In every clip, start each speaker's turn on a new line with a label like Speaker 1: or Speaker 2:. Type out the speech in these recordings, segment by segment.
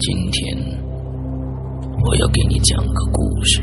Speaker 1: 今天我要给你讲个故事，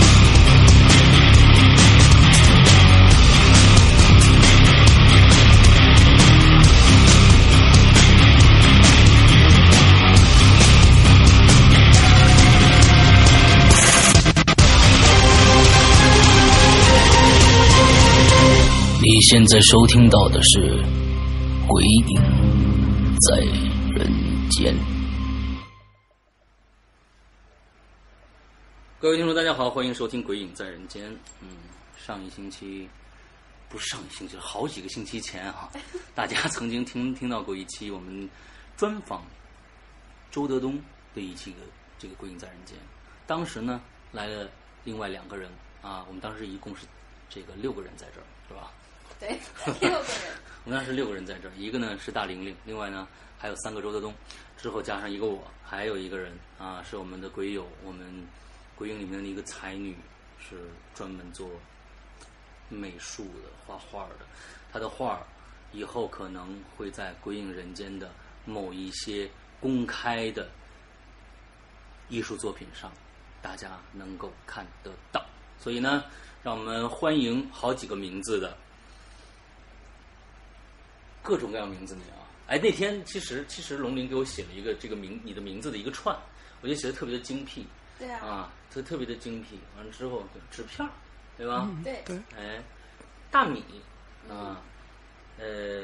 Speaker 1: 你现在收听到的是《鬼影在人间》。各位听众，大家好，欢迎收听《鬼影在人间》。嗯，上一星期不是上一星期，好几个星期前啊，大家曾经听听到过一期我们专访周德东的一期个这个《鬼影在人间》。当时呢，来了另外两个人啊，我们当时一共是这个六个人在这儿，是吧？
Speaker 2: 对，六个人。
Speaker 1: 我们当时六个人在这儿，一个呢是大玲玲，另外呢还有三个周德东，之后加上一个我，还有一个人啊是我们的鬼友，我们鬼影里面的一个才女，是专门做美术的、画画的。她的画儿以后可能会在鬼影人间的某一些公开的艺术作品上，大家能够看得到。所以呢，让我们欢迎好几个名字的各种各样名字你啊。哎，那天其实其实龙鳞给我写了一个这个名你的名字的一个串，我觉得写的特别的精辟
Speaker 2: 对啊，
Speaker 1: 啊，特特别的精辟。完了之后纸片儿，对吧？
Speaker 3: 嗯
Speaker 2: 对，
Speaker 1: 哎，大米啊，呃，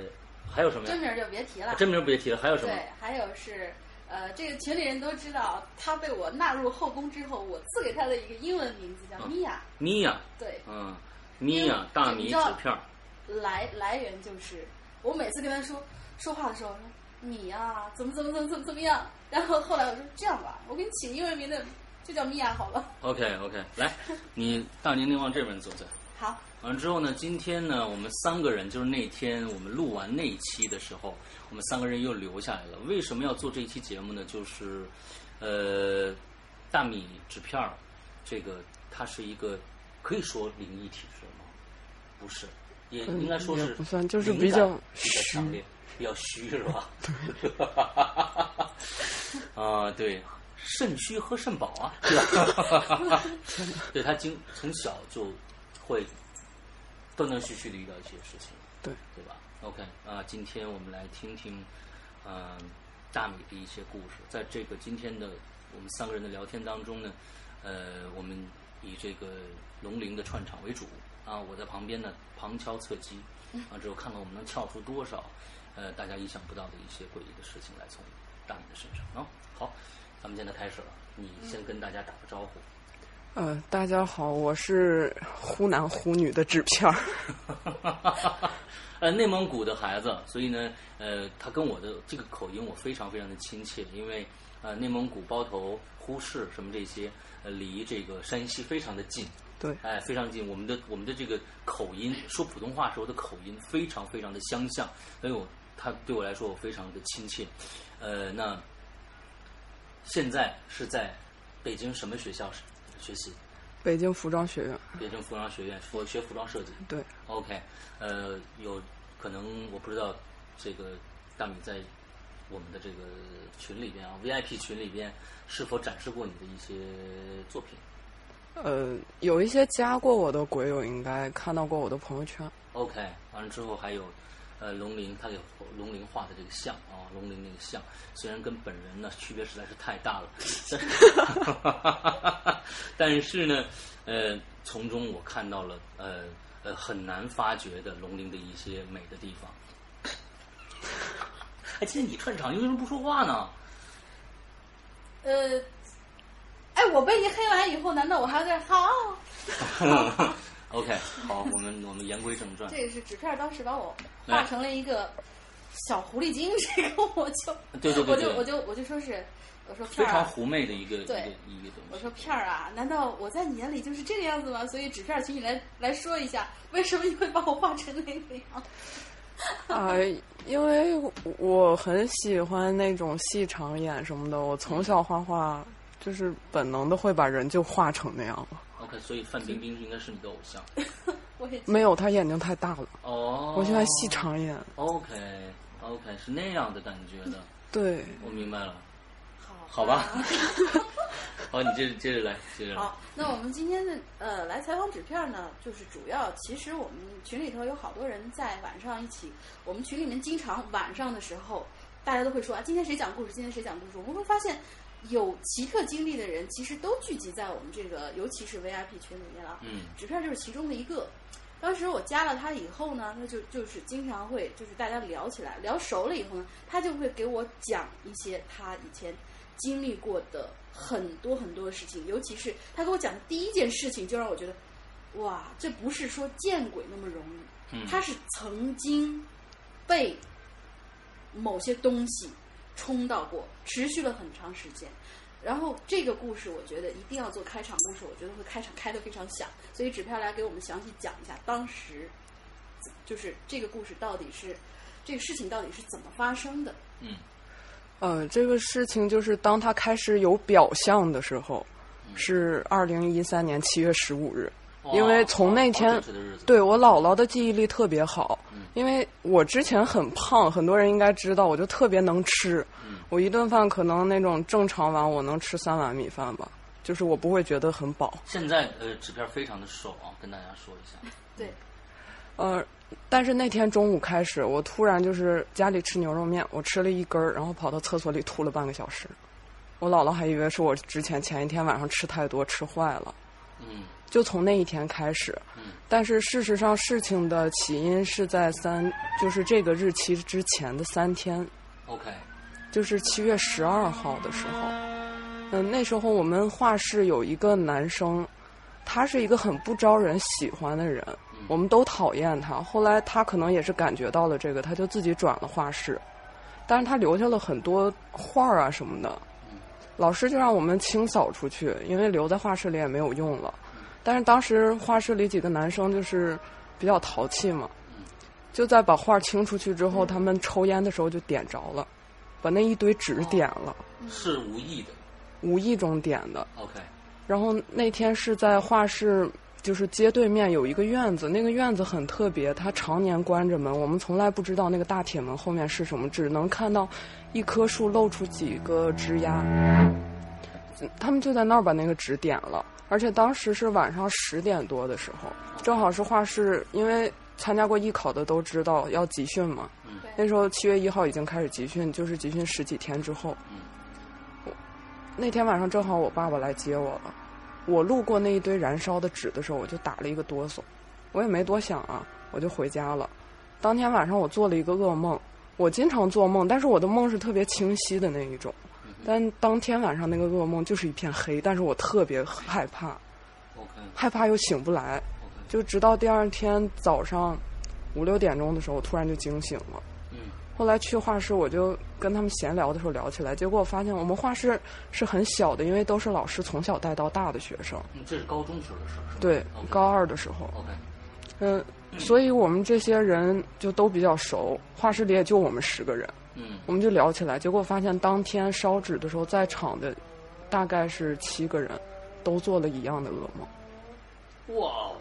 Speaker 1: 还有什么
Speaker 2: 真
Speaker 1: 呀？
Speaker 2: 名儿就别提了。
Speaker 1: 真名别提了，啊还有什么？
Speaker 2: 对，还有是呃，这个群里人都知道，他被我纳入后宫之后，我赐给他的一个英文名字叫
Speaker 1: 嗯
Speaker 2: 米娅。
Speaker 1: 米娅，
Speaker 2: 对，
Speaker 1: 嗯，米娅
Speaker 2: 嗯，
Speaker 1: 大米
Speaker 2: 你知
Speaker 1: 纸
Speaker 2: 道
Speaker 1: 片儿，
Speaker 2: 来来源就是我每次跟他说说话的时候，我说你呀、怎么怎么怎么怎么怎么样，然后后来我说这样吧，我给你起个英文名字，就叫米娅好了。
Speaker 1: OK OK，来，你大年龄往这边走走，
Speaker 2: 好，
Speaker 1: 完嗯了之后呢，今天呢，我们三个人就是那天我们录完那一期的时候，我们三个人又留下来了。为什么要做这一期节目呢？就是，呃，大米纸片儿，这个它是一个可以说灵异体质吗？不是，也
Speaker 3: 嗯
Speaker 1: 应该说是
Speaker 3: 也不算就是
Speaker 1: 灵
Speaker 3: 比
Speaker 1: 感
Speaker 3: 较
Speaker 1: 比较强
Speaker 3: 虚
Speaker 1: 烈，比较虚是吧？ 啊，对，肾虚喝肾宝 啊， 对吧？对他经从小就会断断续续的遇到一些事情，
Speaker 3: 对
Speaker 1: 对吧？OK 啊、今天我们来听听，嗯、大米的一些故事。在这个今天的我们三个人的聊天当中呢，呃，我们以这个龙鳞的串场为主啊，我在旁边呢旁敲侧击，啊，之后看看我们能撬出多少，呃，大家意想不到的一些诡异的事情来从大米的身上啊。好，咱们现在开始了，你先跟大家打个招呼。
Speaker 3: 呃，大家好，我是忽男忽女的纸片儿。
Speaker 1: 呃，内蒙古的孩子，所以呢，呃，他跟我的这个口音我非常非常的亲切，因为呃，内蒙古包头、呼市什么这些，呃，离这个山西非常的近，
Speaker 3: 对，
Speaker 1: 哎，非常近。我们的我们的这个口音，说普通话时候的口音非常非常的相像，所以我他对我来说我非常的亲切。呃，那现在是在北京什么学校学习？
Speaker 3: 北京服装学院。
Speaker 1: 北京服装学院服学服装设计。
Speaker 3: 对，
Speaker 1: OK，呃，有可能我不知道这个大米在我们的这个群里边啊，VIP 群里边是否展示过你的一些作品
Speaker 3: 呃，有一些加过我的鬼友应该看到过我的朋友圈。
Speaker 1: ？OK，完了之后还有呃龙鳞，他给龙鳞画的这个像啊，龙鳞那个像，虽然跟本人呢区别实在是太大了， 但是但是呢，呃，从中我看到了呃呃很难发掘的龙鳞的一些美的地方。哎，今天你串场，你为什么不说话呢？
Speaker 2: 呃，哎，我被你黑完以后，难道我还要在好？
Speaker 1: OK，好，我们我们言归正传。
Speaker 2: 这个是纸片儿，当时把我
Speaker 1: 哎
Speaker 2: 画成了一个小狐狸精，这个我就
Speaker 1: 对对对对
Speaker 2: 我就我就我就说是，我说
Speaker 1: 非
Speaker 2: 片儿、
Speaker 1: 常
Speaker 2: 啊，
Speaker 1: 狐媚的一个一个
Speaker 2: 对
Speaker 1: 一个东
Speaker 2: 我
Speaker 1: 西。
Speaker 2: 说片儿啊，难道我在你眼里就是这个样子吗？所以纸片儿，请你来来说一下，为什么你会把我画成那个样？
Speaker 3: 啊、因为我很喜欢那种细长眼什么的，我从小画画就是本能的会把人就画成那样了。
Speaker 1: OK，所以范冰冰应该是你的偶像。
Speaker 2: 我
Speaker 1: 嗯
Speaker 2: 也
Speaker 3: 没有，他眼睛太大了，
Speaker 1: 哦，
Speaker 3: 我喜欢细。长眼。
Speaker 1: OK OK，是那样的感觉的，
Speaker 3: 对，
Speaker 1: 我明白了。
Speaker 2: 好，
Speaker 1: 好吧。
Speaker 3: 嗯
Speaker 1: 好，你接着接着来，接着来。
Speaker 2: 好，那我们今天的呃来采访纸片儿呢，就是主要其实我们群里头有好多人在晚上一起，我们群里面经常晚上的时候，大家都会说啊，今天谁讲故事，今天谁讲故事，我们会发现。有奇特经历的人，其实都聚集在我们这个，尤其是 VIP 群里面啊了。
Speaker 1: 嗯
Speaker 2: 纸片就是其中的一个。当时我加了他以后呢，他就就是经常会就是大家聊起来，聊熟了以后呢，他就会给我讲一些他以前经历过的很多很多的事情，尤其是他给我讲的第一件事情，就让我觉得，哇，这不是说见鬼那么容易，
Speaker 1: 嗯，
Speaker 2: 他是曾经被某些东西冲到过，持续了很长时间。然后这个故事，我觉得一定要做开场故事，我觉得会开场开得非常响，所以纸票来给我们详细讲一下当时，就是这个故事到底是这个事情到底是怎么发生的。
Speaker 1: 嗯
Speaker 3: 呃，这个事情就是当他开始有表象的时候，是二零一三年七月十五日。因为从那天
Speaker 1: 好好真实的日子
Speaker 3: 对我姥姥的记忆力特别好
Speaker 1: 嗯，
Speaker 3: 因为我之前很胖，很多人应该知道，我就特别能吃
Speaker 1: 嗯。
Speaker 3: 我一顿饭可能那种正常碗，我能吃三碗米饭吧，就是我不会觉得很饱。
Speaker 1: 现在呃，纸片非常的瘦啊，跟大家说一下。
Speaker 2: 对，
Speaker 3: 呃，但是那天中午开始，我突然就是家里吃牛肉面，我吃了一根儿，然后跑到厕所里吐了半个小时。我姥姥还以为是我之前前一天晚上吃太多吃坏了，
Speaker 1: 嗯
Speaker 3: 就从那一天开始。
Speaker 1: 嗯
Speaker 3: 但是事实上，事情的起因是在三，就是这个日期之前的三天，
Speaker 1: ，OK，
Speaker 3: 就是七月十二号的时候。嗯，那时候我们画室有一个男生，他是一个很不招人喜欢的人，我们都讨厌他。后来他可能也是感觉到了这个，他就自己转了画室，但是他留下了很多画儿啊什么的。老师就让我们清扫出去，因为留在画室里也没有用了。但是当时画室里几个男生就是比较淘气嘛，就在把画清出去之后，他们抽烟的时候就点着了，把那一堆纸点了，
Speaker 1: 是无意的。
Speaker 3: 无意中点的。
Speaker 1: OK，
Speaker 3: 然后那天是在画室，就是街对面有一个院子，那个院子很特别，它常年关着门，我们从来不知道那个大铁门后面是什么，只能看到一棵树露出几个枝桠。嗯他们就在那儿把那个纸点了，而且当时是晚上十点多的时候，正好是画室，因为参加过艺考的都知道要集训嘛，那时候七月一号已经开始集训，就是集训十几天之后。
Speaker 1: 嗯
Speaker 3: 那天晚上正好我爸爸来接我了，我路过那一堆燃烧的纸的时候，我就打了一个哆嗦，我也没多想啊，我就回家了。当天晚上我做了一个噩梦，我经常做梦，但是我的梦是特别清晰的那一种。但当天晚上那个噩梦就是一片黑，但是我特别害怕，
Speaker 1: ，OK，OK，、
Speaker 3: 害怕又醒不来，就直到第二天早上五六点钟的时候，我突然就惊醒了。
Speaker 1: 嗯
Speaker 3: 后来去画室，我就跟他们闲聊的时候聊起来，结果我发现我们画室是很小的，因为都是老师从小带到大的学生，
Speaker 1: 嗯，这是高中时候的事儿，是吧？
Speaker 3: 对
Speaker 1: OK，
Speaker 3: 高二的时候，
Speaker 1: OK，
Speaker 3: 嗯，所以我们这些人就都比较熟，画室里也就我们十个人，
Speaker 1: 嗯
Speaker 3: 我们就聊起来，结果发现当天烧纸的时候，在场的大概是七个人，都做了一样的噩梦，嗯
Speaker 1: 哇哦，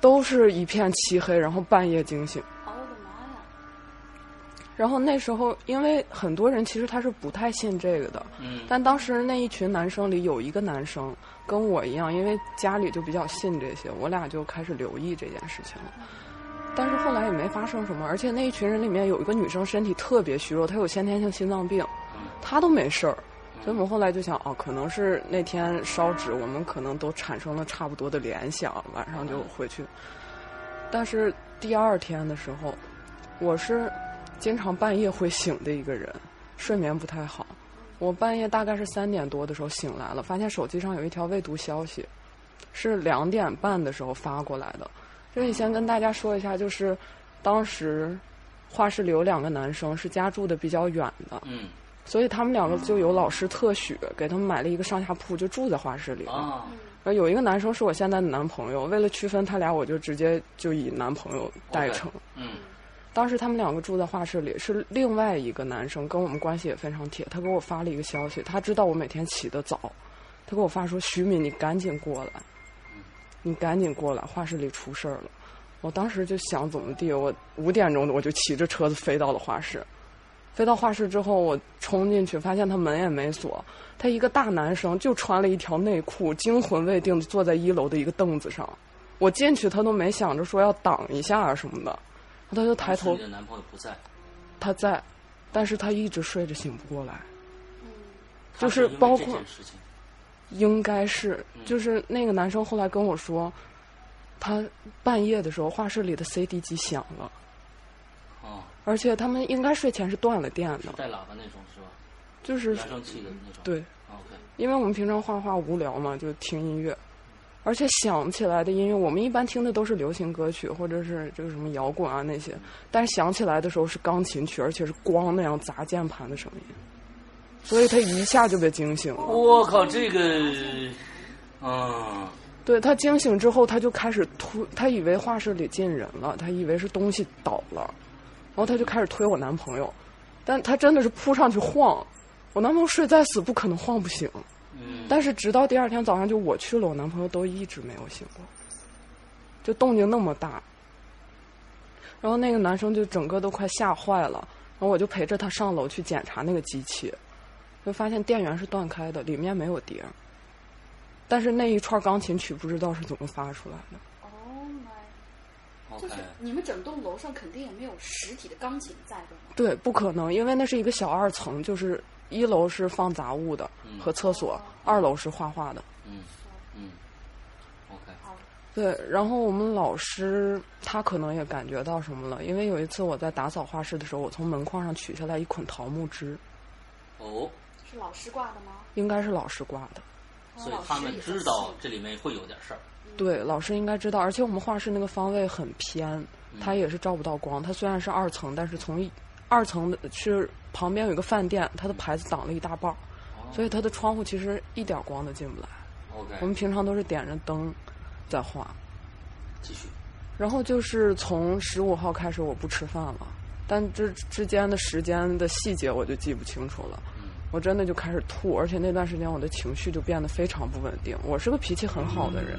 Speaker 3: 都是一片漆黑，然后半夜惊醒。
Speaker 2: 哦我的妈呀！
Speaker 3: 然后那时候，因为很多人其实他是不太信这个的，
Speaker 1: 嗯，
Speaker 3: 但当时那一群男生里有一个男生跟我一样，因为家里就比较信这些，我俩就开始留意这件事情了。但是后来也没发生什么，而且那一群人里面有一个女生身体特别虚弱，她有先天性心脏病，
Speaker 1: 嗯
Speaker 3: 她都没事儿。所以我们后来就想，哦，可能是那天烧纸，我们可能都产生了差不多的联想，晚上就回去。但是第二天的时候，我是经常半夜会醒的一个人，睡眠不太好。我半夜大概是三点多的时候醒来了，发现手机上有一条未读消息，是两点半的时候发过来的。这里先跟大家说一下，就是当时画室里有两个男生是家住的比较远的，
Speaker 1: 嗯
Speaker 3: 所以他们两个就有老师特许给他们买了一个上下铺，就住在画室里了。
Speaker 1: 啊，
Speaker 3: 然后有一个男生是我现在的男朋友，为了区分他俩，我就直接就以男朋友代称。
Speaker 1: 嗯
Speaker 3: 当时他们两个住在画室里，是另外一个男生跟我们关系也非常铁，他给我发了一个消息，他知道我每天起得早，他给我发说：“徐敏，你赶紧过来，你赶紧过来，画室里出事儿了。”我当时就想怎么地，我五点钟我就骑着车子飞到了画室，飞到画室之后，我冲进去发现他门也没锁，他一个大男生就穿了一条内裤，惊魂未定的坐在一楼的一个凳子上。我进去，他都没想着说要挡一下啊什么的，他就抬
Speaker 1: 当时
Speaker 3: 头
Speaker 1: 你的男朋友不在，
Speaker 3: 他在，但是他一直睡着醒不过来，
Speaker 1: 他
Speaker 3: 就是
Speaker 1: 因为
Speaker 3: 包
Speaker 1: 这
Speaker 3: 括
Speaker 1: 件事情，
Speaker 3: 应该是，就是那个男生后来跟我说，他半夜的时候画室里的 CD 机响了，
Speaker 1: 哦，
Speaker 3: 而且他们应该睡前是断了电
Speaker 1: 是
Speaker 3: 的，
Speaker 1: 带喇叭那种是吧？
Speaker 3: 就是
Speaker 1: 扬声器的那种。哦
Speaker 3: 对，嗯
Speaker 1: ，OK，
Speaker 3: 因为我们平常画画无聊嘛，就听音乐。而且响起来的音乐，我们一般听的都是流行歌曲，或者是就是什么摇滚啊那些。但是响起来的时候是钢琴曲，而且是咣那样砸键盘的声音，所以他一下就被惊醒了。
Speaker 1: 我靠，这个，嗯，
Speaker 3: 对他惊醒之后，他就开始推，他以为画室里进人了，他以为是东西倒了，然后他就开始推我男朋友，但他真的是扑上去晃，我男朋友睡再死不可能晃不醒，
Speaker 1: 嗯
Speaker 3: 但是直到第二天早上就我去了，我男朋友都一直没有醒过，就动静那么大，然后那个男生就整个都快吓坏了，然后我就陪着他上楼去检查那个机器，就发现电源是断开的，里面没有碟儿，但是那一串钢琴曲不知道是怎么发出来的。
Speaker 2: Oh my！
Speaker 1: ，OK，
Speaker 2: 就是你们整栋楼上肯定也没有实体的钢琴在的嘛。
Speaker 3: 对，不可能，因为那是一个小二层，就是一楼是放杂物的
Speaker 1: 嗯
Speaker 3: 和厕所，二楼是画画的。
Speaker 1: 嗯嗯，OK，
Speaker 3: 对，然后我们老师他可能也感觉到什么了，因为有一次我在打扫画室的时候，我从门框上取下来一捆桃木枝，
Speaker 1: 哦，
Speaker 2: 是老师挂的吗？
Speaker 3: 应该是老师挂的。
Speaker 1: 所以他们知道这里面会有点事儿。
Speaker 3: 对，老师应该知道，而且我们画室那个方位很偏，它也是照不到光。它虽然是二层，但是从一二层的是旁边有一个饭店，它的牌子挡了一大半儿，哦所以它的窗户其实一点儿光都进不来。我
Speaker 1: OK，
Speaker 3: 们平常都是点着灯，在画。
Speaker 1: 继续，
Speaker 3: 然后就是从十五号开始我不吃饭了，但这之间的时间的细节我就记不清楚了。
Speaker 1: 嗯
Speaker 3: 我真的就开始吐，而且那段时间我的情绪就变得非常不稳定。我是个脾气很好的人，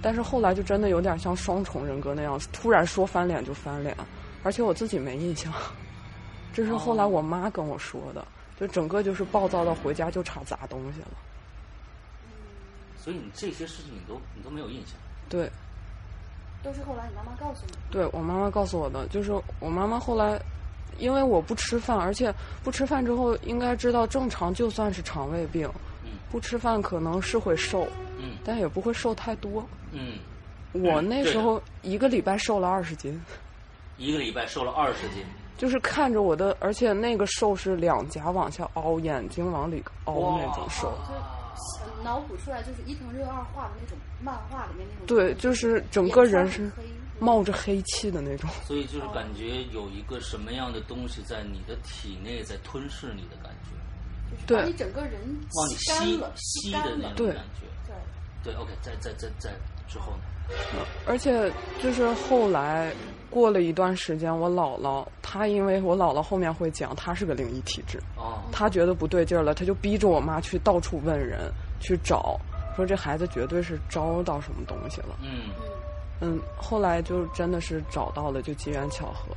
Speaker 3: 但是后来就真的有点像双重人格那样，突然说翻脸就翻脸，而且我自己没印象。 这是后来我妈跟我说的，就整个就是暴躁到回家就差砸东西了。
Speaker 1: 所以你这些事情你都你都没有印象。
Speaker 3: 对，
Speaker 2: 都是后来你妈妈告诉你，
Speaker 3: 对我妈妈告诉我的，就是我妈妈后来，因为我不吃饭，而且不吃饭之后应该知道，正常就算是肠胃病，
Speaker 1: 嗯
Speaker 3: 不吃饭可能是会瘦，
Speaker 1: 嗯
Speaker 3: 但也不会瘦太多。
Speaker 1: 嗯，
Speaker 3: 我
Speaker 1: 嗯
Speaker 3: 那
Speaker 1: 对
Speaker 3: 时
Speaker 1: 的
Speaker 3: 候一个礼拜瘦了二十斤，
Speaker 1: 一个礼拜瘦了二十斤，
Speaker 3: 就是看着我的，而且那个瘦是两颊往下凹，眼睛往里凹那种瘦。
Speaker 2: 就是呃脑补出来就是伊藤润二画的那种漫画里面那种，
Speaker 3: 对，就是整个人是
Speaker 2: 眼眶很黑
Speaker 3: 冒着黑气的那种。
Speaker 1: 所以就是感觉有一个什么样的东西在你的体内在吞噬你的感觉，
Speaker 2: 就是
Speaker 3: 对
Speaker 2: 把你整个人
Speaker 1: 往你
Speaker 2: 吸干
Speaker 1: 吸
Speaker 2: 了，
Speaker 1: 吸
Speaker 2: 干
Speaker 1: 的那
Speaker 2: 了，
Speaker 1: 种
Speaker 3: 对
Speaker 1: 感觉。
Speaker 2: 对，
Speaker 1: 对，OK，在在在在之后呢？
Speaker 3: 而且就是后来过了一段时间，我姥姥她因为我姥姥后面会讲，她是个灵异体质，
Speaker 1: 哦，
Speaker 3: 她觉得不对劲儿了，她就逼着我妈去到处问人去找，说这孩子绝对是招到什么东西了。
Speaker 1: 嗯
Speaker 3: 嗯，后来就真的是找到了，就机缘巧合，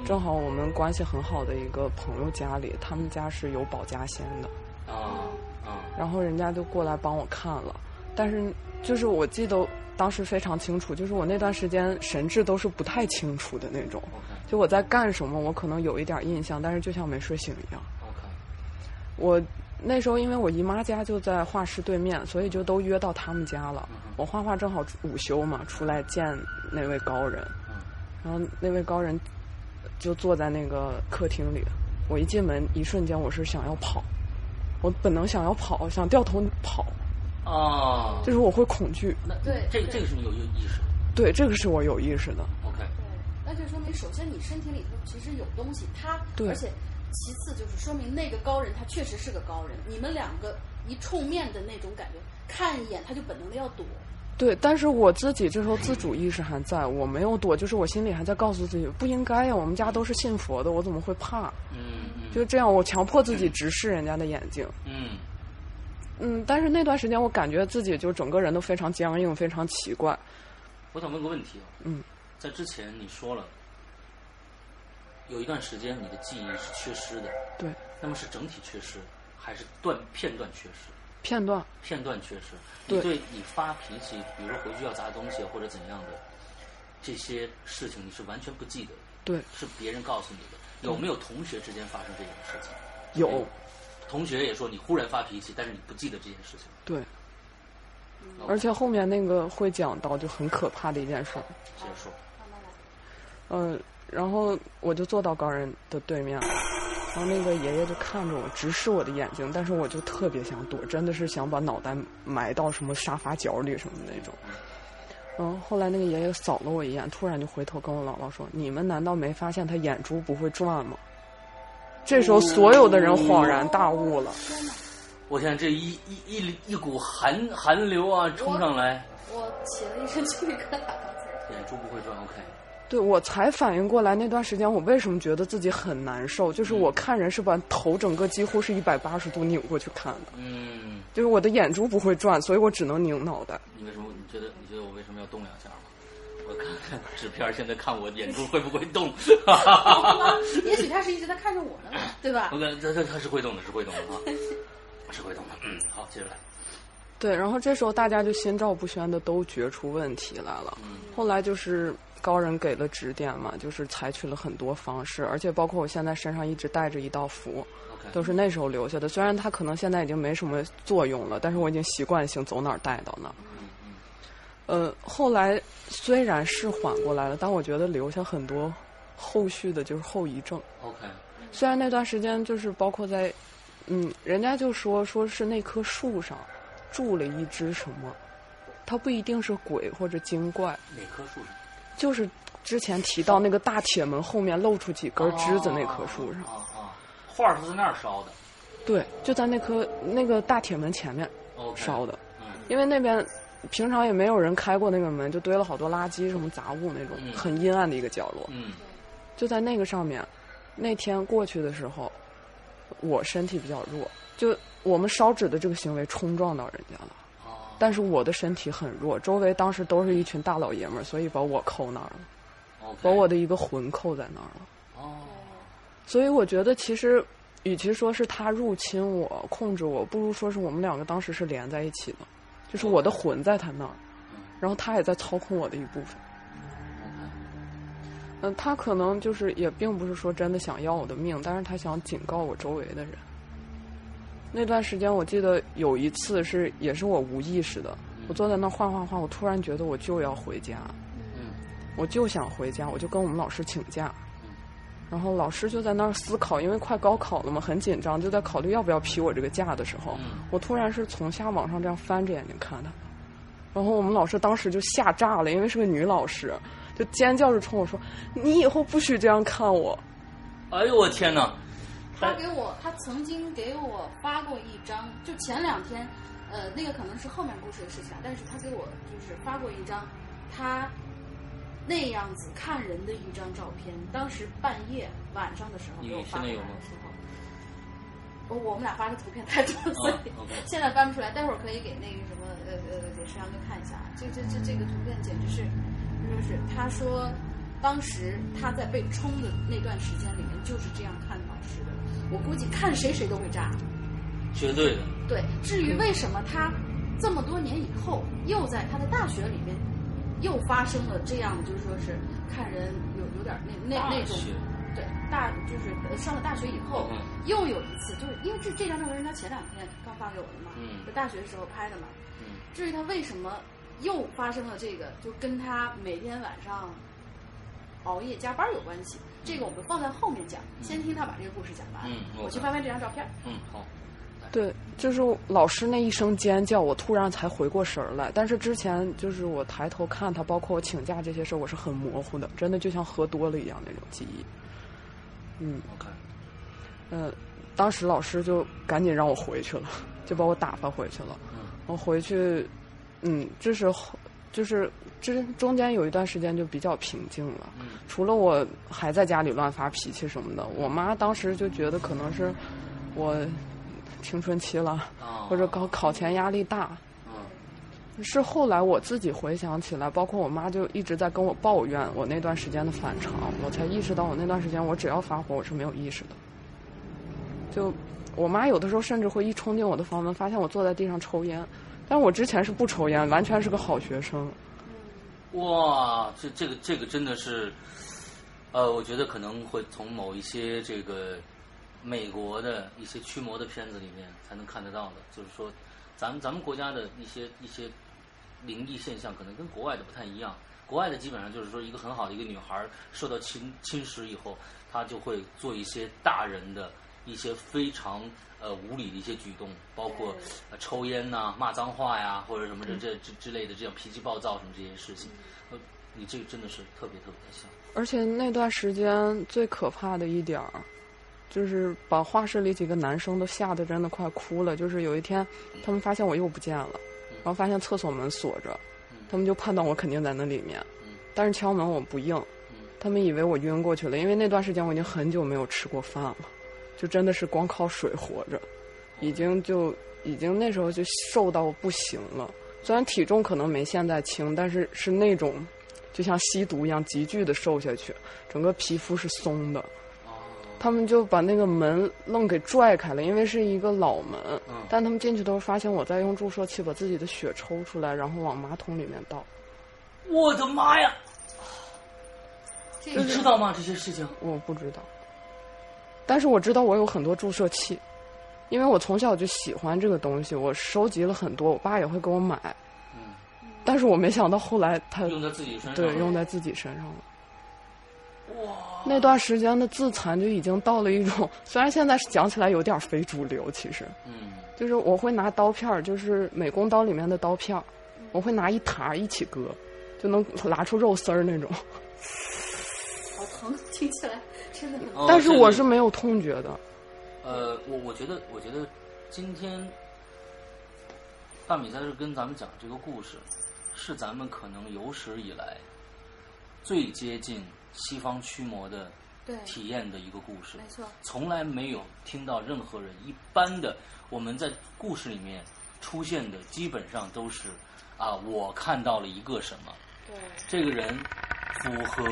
Speaker 1: 嗯
Speaker 3: 正好我们关系很好的一个朋友家里，他们家是有保家仙的，
Speaker 1: 啊啊
Speaker 3: 然后人家就过来帮我看了，但是就是我记得当时非常清楚，就是我那段时间神志都是不太清楚的那种，
Speaker 1: ，OK
Speaker 3: 就我在干什么，我可能有一点印象，但是就像没睡醒一样。
Speaker 1: OK，
Speaker 3: 我那时候因为我姨妈家就在画室对面，所以就都约到他们家了。我画画正好午休嘛，出来见那位高人，
Speaker 1: 嗯
Speaker 3: 然后那位高人就坐在那个客厅里。我一进门，一瞬间我是想要跑，我本能想要跑，想掉头跑，
Speaker 1: 哦，
Speaker 3: 就是我会恐惧。
Speaker 1: 那
Speaker 2: 对
Speaker 1: 这个
Speaker 2: 对
Speaker 1: 这个是你有有意识的
Speaker 3: 对，这个是我有意识的。
Speaker 1: ，OK，
Speaker 2: 对，那就说明首先你身体里头其实有东西，他
Speaker 3: 对
Speaker 2: 而且其次就是说明那个高人他确实是个高人，你们两个一冲面的那种感觉，看一眼他就本能的要躲，
Speaker 3: 对，但是我自己这时候自主意识还在，我没有躲，就是我心里还在告诉自己不应该呀，我们家都是信佛的，我怎么会怕？
Speaker 1: 嗯嗯
Speaker 3: 就这样，我强迫自己直视人家的眼睛。
Speaker 1: 嗯
Speaker 3: 嗯，但是那段时间我感觉自己就整个人都非常僵硬，非常奇怪。
Speaker 1: 我想问个问题啊，
Speaker 3: 嗯，
Speaker 1: 在之前你说了，有一段时间你的记忆是缺失的，
Speaker 3: 对，
Speaker 1: 那么是整体缺失还是断片段缺失？
Speaker 3: 片段，
Speaker 1: 片段缺失，
Speaker 3: 对
Speaker 1: 你对你发脾气，比如说回去要砸东西或者怎样的这些事情，你是完全不记得的，
Speaker 3: 对，
Speaker 1: 是别人告诉你的。有没有同学之间发生这种事情？
Speaker 3: 嗯
Speaker 1: 哎
Speaker 3: 有，
Speaker 1: 同学也说你忽然发脾气，但是你不记得这件事情。
Speaker 3: 对。而且后面那个会讲到就很可怕的一件事儿，
Speaker 1: 接着说，
Speaker 2: 慢慢来，
Speaker 3: 嗯、然后我就坐到高人的对面了，然后那个爷爷就看着我，直视我的眼睛，但是我就特别想躲，真的是想把脑袋埋到什么沙发角里什么那种。然后后来那个爷爷扫了我一眼，突然就回头跟我姥姥说：“你们难道没发现他眼珠不会转吗？”这时候所有的人恍然大悟了。
Speaker 2: 天哪！
Speaker 1: 我天，这一一一一股寒寒流啊冲上来，
Speaker 2: 我起了一 身鸡皮疙瘩，刚 才
Speaker 1: 眼珠不会转，OK，
Speaker 3: 对，我才反应过来那段时间我为什么觉得自己很难受，就是我看人是把头整个几乎是一百八十度扭过去看的，
Speaker 1: 嗯，
Speaker 3: 就是我的眼珠不会转，所以我只能拧脑袋。
Speaker 1: 你为什么？你觉得你觉得我为什么要动两下吗？我看看纸片儿，现在看我眼珠会不会动？ 哈哈哈哈哈。
Speaker 2: 也许他是一直在看着我呢嘛，对吧
Speaker 1: 我？感觉他他他是会动的，是会动的啊，是会动的。嗯，好，接着来。
Speaker 3: 对，然后这时候大家就心照不宣的都觉出问题来了。后来就是高人给了指点嘛，就是采取了很多方式，而且包括我现在身上一直带着一道符，
Speaker 1: OK，
Speaker 3: 都是那时候留下的。虽然它可能现在已经没什么作用了，但是我已经习惯性走哪儿带到哪儿。呃，后来虽然是缓过来了，但我觉得留下很多后续的就是后遗症。
Speaker 1: OK，
Speaker 3: 虽然那段时间就是包括在，嗯，人家就说说是那棵树上住了一只什么，它不一定是鬼或者精怪，
Speaker 1: 哪棵树上？
Speaker 3: 就是之前提到那个大铁门后面露出几根枝子那棵树上，
Speaker 1: 啊啊，画儿是在那儿烧的。
Speaker 3: 对，就在那棵那个大铁门前面
Speaker 1: OK，
Speaker 3: 烧的，
Speaker 1: 嗯
Speaker 3: 因为那边平常也没有人开过那个门，就堆了好多垃圾、什么杂物那种，
Speaker 1: 嗯
Speaker 3: 很阴暗的一个角落。
Speaker 1: 嗯
Speaker 3: 就在那个上面，那天过去的时候，我身体比较弱，就我们烧纸的这个行为冲撞到人家了。
Speaker 1: 哦，
Speaker 3: 但是我的身体很弱，周围当时都是一群大老爷们儿，所以把我扣那儿了，
Speaker 1: OK
Speaker 3: 把我的一个魂扣在那儿了。
Speaker 1: 哦
Speaker 3: 所以我觉得，其实与其说是他入侵我、控制我，不如说是我们两个当时是连在一起的，就是我的魂在他那儿，然后他也在操控我的一部分。嗯，他可能就是也并不是说真的想要我的命，但是他想警告我周围的人。那段时间，我记得有一次是也是我无意识的，我坐在那儿画画画，我突然觉得我就要回家，
Speaker 1: 嗯
Speaker 3: 我就想回家，我就跟我们老师请假
Speaker 1: 嗯，
Speaker 3: 然后老师就在那儿思考，因为快高考了嘛，很紧张，就在考虑要不要批我这个假的时候，
Speaker 1: 嗯
Speaker 3: 我突然是从下往上这样翻着眼睛看他，然后我们老师当时就吓炸了，因为是个女老师，就尖叫着冲我说：“你以后不许这样看我
Speaker 1: 哎呦我天哪！
Speaker 2: 他给我，他曾经给我发过一张，就前两天，呃，那个可能是后面故事的事情啊，但是他给我就是发过一张他那样子看人的一张照片，当时半夜晚上的时候
Speaker 1: 你
Speaker 2: 给我
Speaker 1: 现在
Speaker 2: 发过来
Speaker 1: 有吗
Speaker 2: 的时候。我我们俩发的图片太多，所以
Speaker 1: 哦 OK
Speaker 2: 现在翻不出来。待会儿可以给那个什么呃呃给摄像哥看一下啊，这这这这个图片简直是，就是他说，当时他在被冲的那段时间里面就是这样看老师的，我估计看谁谁都会炸。
Speaker 1: 绝对的，
Speaker 2: 对，至于为什么他这么多年以后又在他的大学里面又发生了这样的，就是说是看人有有点儿那那那种
Speaker 1: 大学
Speaker 2: 对大就是呃上了大学以后、
Speaker 1: 嗯
Speaker 2: 又有一次，就是因为这这张照片是他前两天刚发给我的嘛，
Speaker 1: 嗯
Speaker 2: 就大学的时候拍的嘛。
Speaker 1: 嗯
Speaker 2: 至于他为什么又发生了这个，就跟他每天晚上熬夜加班有关系。这个我们放在后面讲，先听他把这个故事讲完。
Speaker 1: 嗯
Speaker 2: 我去
Speaker 1: ，OK
Speaker 2: 翻翻这张照片。
Speaker 1: 嗯好，”
Speaker 3: 对，就是老师那一声尖叫，我突然才回过神儿来。但是之前就是我抬头看他，包括我请假这些事儿，我是很模糊的，真的就像喝多了一样那种记忆。嗯
Speaker 1: OK
Speaker 3: 呃，当时老师就赶紧让我回去了，就把我打发回去了。
Speaker 1: 嗯
Speaker 3: 我回去，嗯，这时候就是这中间有一段时间就比较平静了。
Speaker 1: 嗯
Speaker 3: 除了我还在家里乱发脾气什么的，我妈当时就觉得可能是我青春期了，
Speaker 1: 啊，
Speaker 3: 或者高考前压力大。
Speaker 1: 嗯
Speaker 3: 是后来我自己回想起来，包括我妈就一直在跟我抱怨我那段时间的反常，我才意识到我那段时间我只要发火我是没有意识的。就我妈有的时候甚至会一冲进我的房门，发现我坐在地上抽烟，但我之前是不抽烟，完全是个好学生。
Speaker 1: 嗯哇，这这个这个真的是，呃，我觉得可能会从某一些这个美国的一些驱魔的片子里面才能看得到的，就是说，咱们咱们国家的一些一些灵异现象，可能跟国外的不太一样。国外的基本上就是说，一个很好的一个女孩儿受到侵侵蚀以后，她就会做一些大人的一些非常呃无理的一些举动，包括
Speaker 2: 对
Speaker 1: 呃抽烟呐、骂脏话呀，或者什么这这这之类的这样脾气暴躁什么这些事情。呃，你这个真的是特别特别的像。
Speaker 3: 而且那段时间最可怕的一点儿，就是把画室里几个男生都吓得真的快哭了。就是有一天，他们发现我又不见了，然后发现厕所门锁着，他们就判断我肯定在那里面
Speaker 1: 嗯，
Speaker 3: 但是敲门我不应
Speaker 1: 嗯，
Speaker 3: 他们以为我晕过去了，因为那段时间我已经很久没有吃过饭了，就真的是光靠水活着，已经就已经那时候就瘦到不行了。虽然体重可能没现在轻，但是是那种就像吸毒一样急剧的瘦下去，整个皮肤是松的。
Speaker 1: 哦，
Speaker 3: 他们就把那个门愣给拽开了，因为是一个老门。
Speaker 1: 嗯
Speaker 3: 但他们进去都发现我在用注射器把自己的血抽出来，然后往马桶里面倒。
Speaker 1: 我的妈呀！
Speaker 2: 这
Speaker 1: 你
Speaker 2: 个
Speaker 1: 知道吗？这些事情
Speaker 3: 我不知道，但是我知道我有很多注射器，因为我从小就喜欢这个东西，我收集了很多，我爸也会给我买。
Speaker 1: 嗯
Speaker 3: 但是我没想到后来他
Speaker 1: 用在自己身上，
Speaker 3: 对用在自己身上了。
Speaker 1: 哇，
Speaker 3: 那段时间的自残就已经到了一种，虽然现在讲起来有点非主流，其实
Speaker 1: 嗯
Speaker 3: 就是我会拿刀片儿，就是美工刀里面的刀片儿，我会拿一沓一起割，就能拉出肉丝儿那种。
Speaker 2: 好疼，听起来真的很
Speaker 1: 哦
Speaker 3: 但是
Speaker 1: 这里
Speaker 3: 我是没有痛觉的，
Speaker 1: 呃，我我觉得，我觉得今天大米在这跟咱们讲这个故事，是咱们可能有史以来最接近西方驱魔的
Speaker 2: 对，
Speaker 1: 体验的一个故事。
Speaker 2: 没错，
Speaker 1: 从来没有听到任何人一般的，我们在故事里面出现的基本上都是啊，我看到了一个什么，
Speaker 2: 对，
Speaker 1: 这个人符合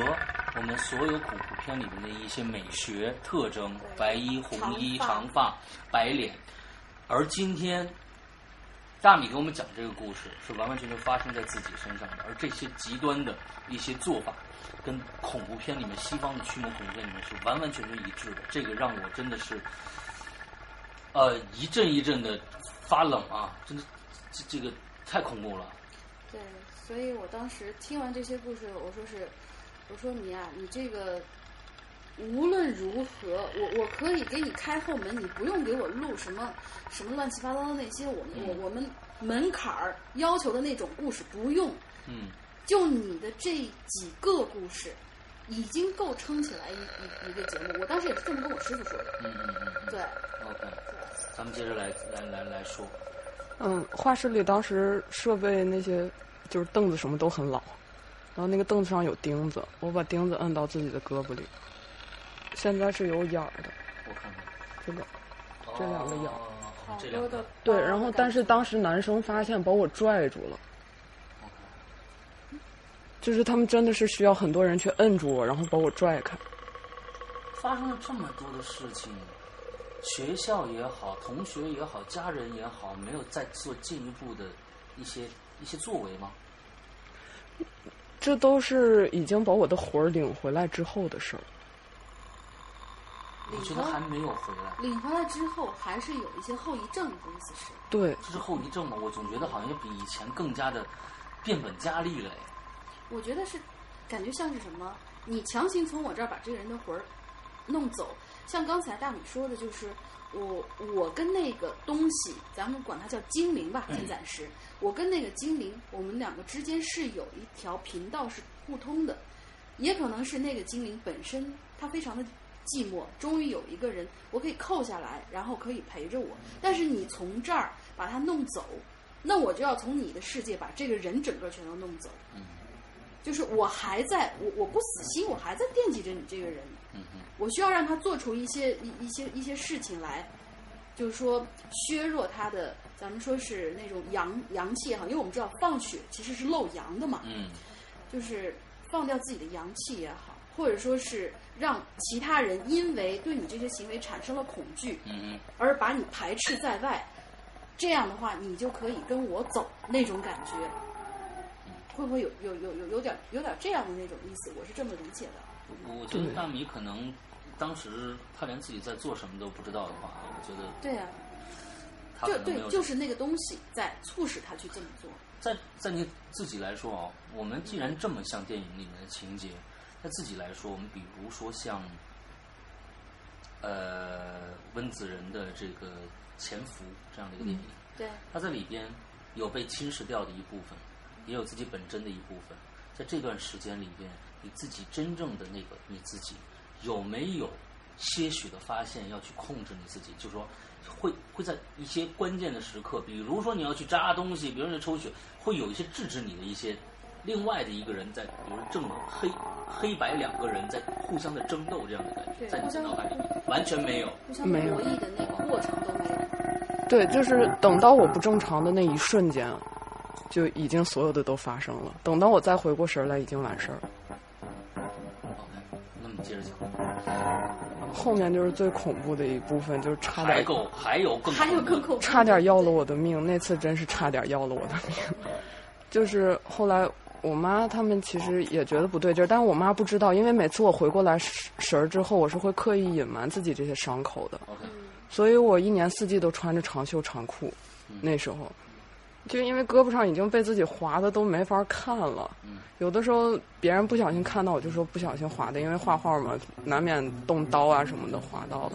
Speaker 1: 我们所有恐怖片里面的一些美学特征：白衣、红衣、
Speaker 2: 长发
Speaker 1: 长发、白脸。而今天，大米给我们讲这个故事，是完完全全发生在自己身上的。而这些极端的一些做法，跟恐怖片里面西方的驱魔恐怖片里面是完完全全一致的。这个让我真的是，呃，一阵一阵的发冷啊！真的，这这个太恐怖了。
Speaker 2: 对，所以我当时听完这些故事，我说是，我说你呀、你这个无论如何，我我可以给你开后门，你不用给我录什么什么乱七八糟的那些我们、我我们门槛儿要求的那种故事，不用，
Speaker 1: 嗯
Speaker 2: 就你的这几个故事，已经够撑起来一一一个节目。我当时也是这么跟我师傅说的，
Speaker 1: 嗯嗯嗯嗯。
Speaker 2: 对
Speaker 1: OK，咱们接着来来来来说，
Speaker 3: 嗯，画室里当时设备那些就是凳子什么都很老，然后那个凳子上有钉子，我把钉子摁到自己的胳膊里，现在是有眼儿的，
Speaker 1: 我看看。
Speaker 3: 这个这两个有
Speaker 1: 哦，这
Speaker 2: 好
Speaker 1: 两
Speaker 2: 多
Speaker 1: 个
Speaker 2: 的。
Speaker 3: 对。然后但是当时男生发现把我拽住了，就是他们真的是需要很多人去摁住我，然后把我拽开。
Speaker 1: 发生了这么多的事情，学校也好，同学也好，家人也好，没有再做进一步的一些一些作为吗？
Speaker 3: 这都是已经把我的魂儿领回来之后的事儿。
Speaker 1: 我觉得还没有回来，
Speaker 2: 领回来之后，还是有一些后遗症的，意思是？
Speaker 3: 对，
Speaker 1: 这是后遗症吗？我总觉得好像比以前更加的变本加厉了。哎
Speaker 2: 我觉得是，感觉像是什么？你强行从我这儿把这个人的魂儿弄走，像刚才大米说的，就是我我跟那个东西，咱们管它叫精灵吧，积攒师，我跟那个精灵，我们两个之间是有一条频道是互通的，也可能是那个精灵本身它非常的。寂寞，终于有一个人我可以扣下来，然后可以陪着我。但是你从这儿把它弄走，那我就要从你的世界把这个人整个全都弄走。
Speaker 1: 嗯
Speaker 2: 就是我还在我我不死心，我还在惦记着你这个人，
Speaker 1: 嗯嗯
Speaker 2: 我需要让他做出一些一一些一些事情来，就是说削弱他的，咱们说是那种阳阳气也好，因为我们知道放血其实是漏阳的嘛，
Speaker 1: 嗯，
Speaker 2: 就是放掉自己的阳气也好，或者说是让其他人因为对你这些行为产生了恐惧，
Speaker 1: 嗯
Speaker 2: 而把你排斥在外，这样的话，你就可以跟我走那种感觉，会不会有有有有有点有点这样的那种意思？我是这么理解的。
Speaker 1: 我嗯我觉得大米可能当时他连自己在做什么都不知道的话，我觉得
Speaker 2: 对啊，
Speaker 1: 他可
Speaker 2: 就
Speaker 1: 能没
Speaker 2: 对，
Speaker 1: 有
Speaker 2: 就是那个东西在促使他去这么做。
Speaker 1: 在在你自己来说啊，我们既然这么像电影里面的情节，那自己来说，我们比如说像，呃，温子仁的这个《潜伏》这样的一个电影，
Speaker 2: 对，啊
Speaker 1: 他在里边有被侵蚀掉的一部分，也有自己本真的一部分。在这段时间里边，你自己真正的那个你自己，有没有些许的发现要去控制你自己？就说会会在一些关键的时刻，比如说你要去扎东西，比如说你抽血，会有一些制止你的一些另外的一个人在，比如正黑黑白两个人在互相的争斗这样的感觉，
Speaker 2: 对
Speaker 1: 在你
Speaker 2: 互
Speaker 1: 的
Speaker 2: 相
Speaker 1: 脑海里完全没有。
Speaker 2: 互相博
Speaker 3: 没有
Speaker 2: 弈的那个过程都没有。
Speaker 3: 对，就是等到我不正常的那一瞬间，就已经所有的都发生了。等到我再回过神儿来，已经完事儿了。
Speaker 1: OK，那么接着讲，
Speaker 3: 后面就是最恐怖的一部分，就是差
Speaker 1: 还
Speaker 3: 点
Speaker 1: 够还有更
Speaker 2: 还有
Speaker 1: 恐怖
Speaker 2: 更
Speaker 1: 的
Speaker 2: 恐怖，
Speaker 3: 差点要了我的命，那次真是差点要了我的命。就是后来我妈他们其实也觉得不对劲儿，但是我妈不知道，因为每次我回过来神儿之后，我是会刻意隐瞒自己这些伤口的。
Speaker 1: OK，
Speaker 2: 嗯
Speaker 3: 所以我一年四季都穿着长袖长裤。那时候，就因为胳膊上已经被自己划的都没法看了，有的时候别人不小心看到，我就说不小心划的，因为画画嘛，难免动刀啊什么的划到了。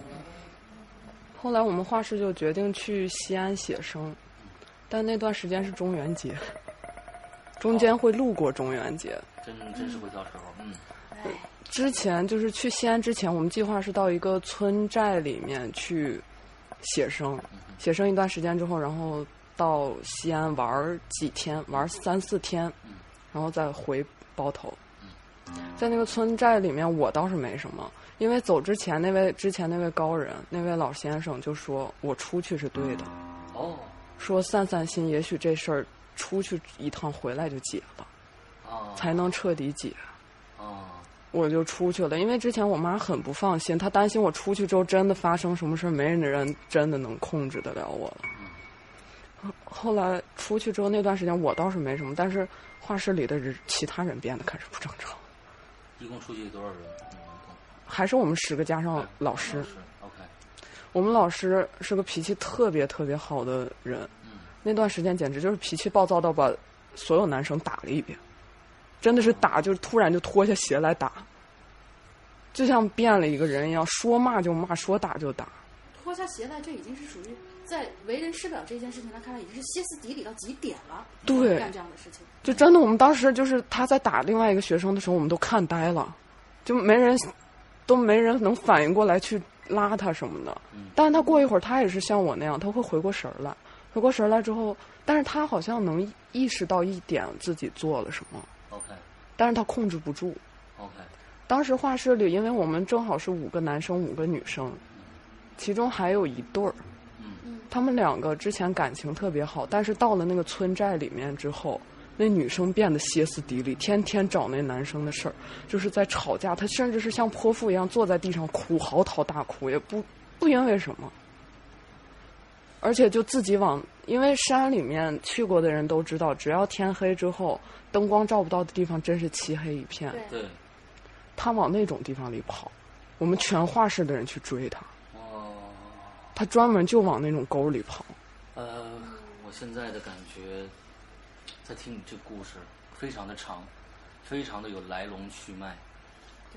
Speaker 3: 后来我们画室就决定去西安写生，但那段时间是中元节，中间会路过中元节。
Speaker 1: 真真是会挑时候，嗯。
Speaker 2: 哎，
Speaker 3: 之前就是去西安之前，我们计划是到一个村寨里面去写生，写生一段时间之后，然后到西安玩几天，玩三四天
Speaker 1: 嗯，
Speaker 3: 然后再回包头。在那个村寨里面，我倒是没什么，因为走之前那位之前那位高人那位老先生就说我出去是对的，
Speaker 1: 哦，
Speaker 3: 说散散心，也许这事儿出去一趟回来就解了，
Speaker 1: 哦，
Speaker 3: 才能彻底解。
Speaker 1: 哦，
Speaker 3: 我就出去了，因为之前我妈很不放心，她担心我出去之后真的发生什么事儿，没人真的能控制得了我了。后来出去之后那段时间我倒是没什么，但是画室里的人其他人变得开始不正常，
Speaker 1: 一共出去多少人？你们共
Speaker 3: 还是我们十个加上老师
Speaker 1: 老，师，OK，
Speaker 3: 我们老师是个脾气特别特别好的人，
Speaker 1: 嗯，
Speaker 3: 那段时间简直就是脾气暴躁到把所有男生打了一遍，真的是打，就是突然就脱下鞋来打，就像变了一个人一样，说骂就骂，说打就打。
Speaker 2: 脱下鞋来，这已经是属于在为人师表这件事情来看来，已经是歇斯底里到极点了。
Speaker 3: 对
Speaker 2: 干这样的事情，
Speaker 3: 就真的，我们当时就是他在打另外一个学生的时候，我们都看呆了，就没人都没人能反应过来去拉他什么的
Speaker 1: 嗯。
Speaker 3: 但是他过一会儿，他也是像我那样，他会回过神儿来。回过神儿来之后，但是他好像能意识到一点自己做了什么，
Speaker 1: ，OK，OK，
Speaker 3: 但是他控制不住。当时画室里，因为我们正好是五个男生，五个女生，其中还有一对儿，
Speaker 1: 嗯，
Speaker 2: 嗯，
Speaker 3: 他们两个之前感情特别好，但是到了那个村寨里面之后，那女生变得歇斯底里，天天找那男生的事儿，就是在吵架。她甚至是像泼妇一样坐在地上哭，嚎啕大哭，也不不因为什么。而且就自己往，因为山里面去过的人都知道，只要天黑之后，灯光照不到的地方真是漆黑一片。
Speaker 2: 对，
Speaker 1: 对，
Speaker 3: 他往那种地方里跑，我们全画室的人去追他，
Speaker 1: 哦。
Speaker 3: 他专门就往那种沟里跑。
Speaker 1: 呃，我现在的感觉，在听你这个故事，非常的长，非常的有来龙去脉。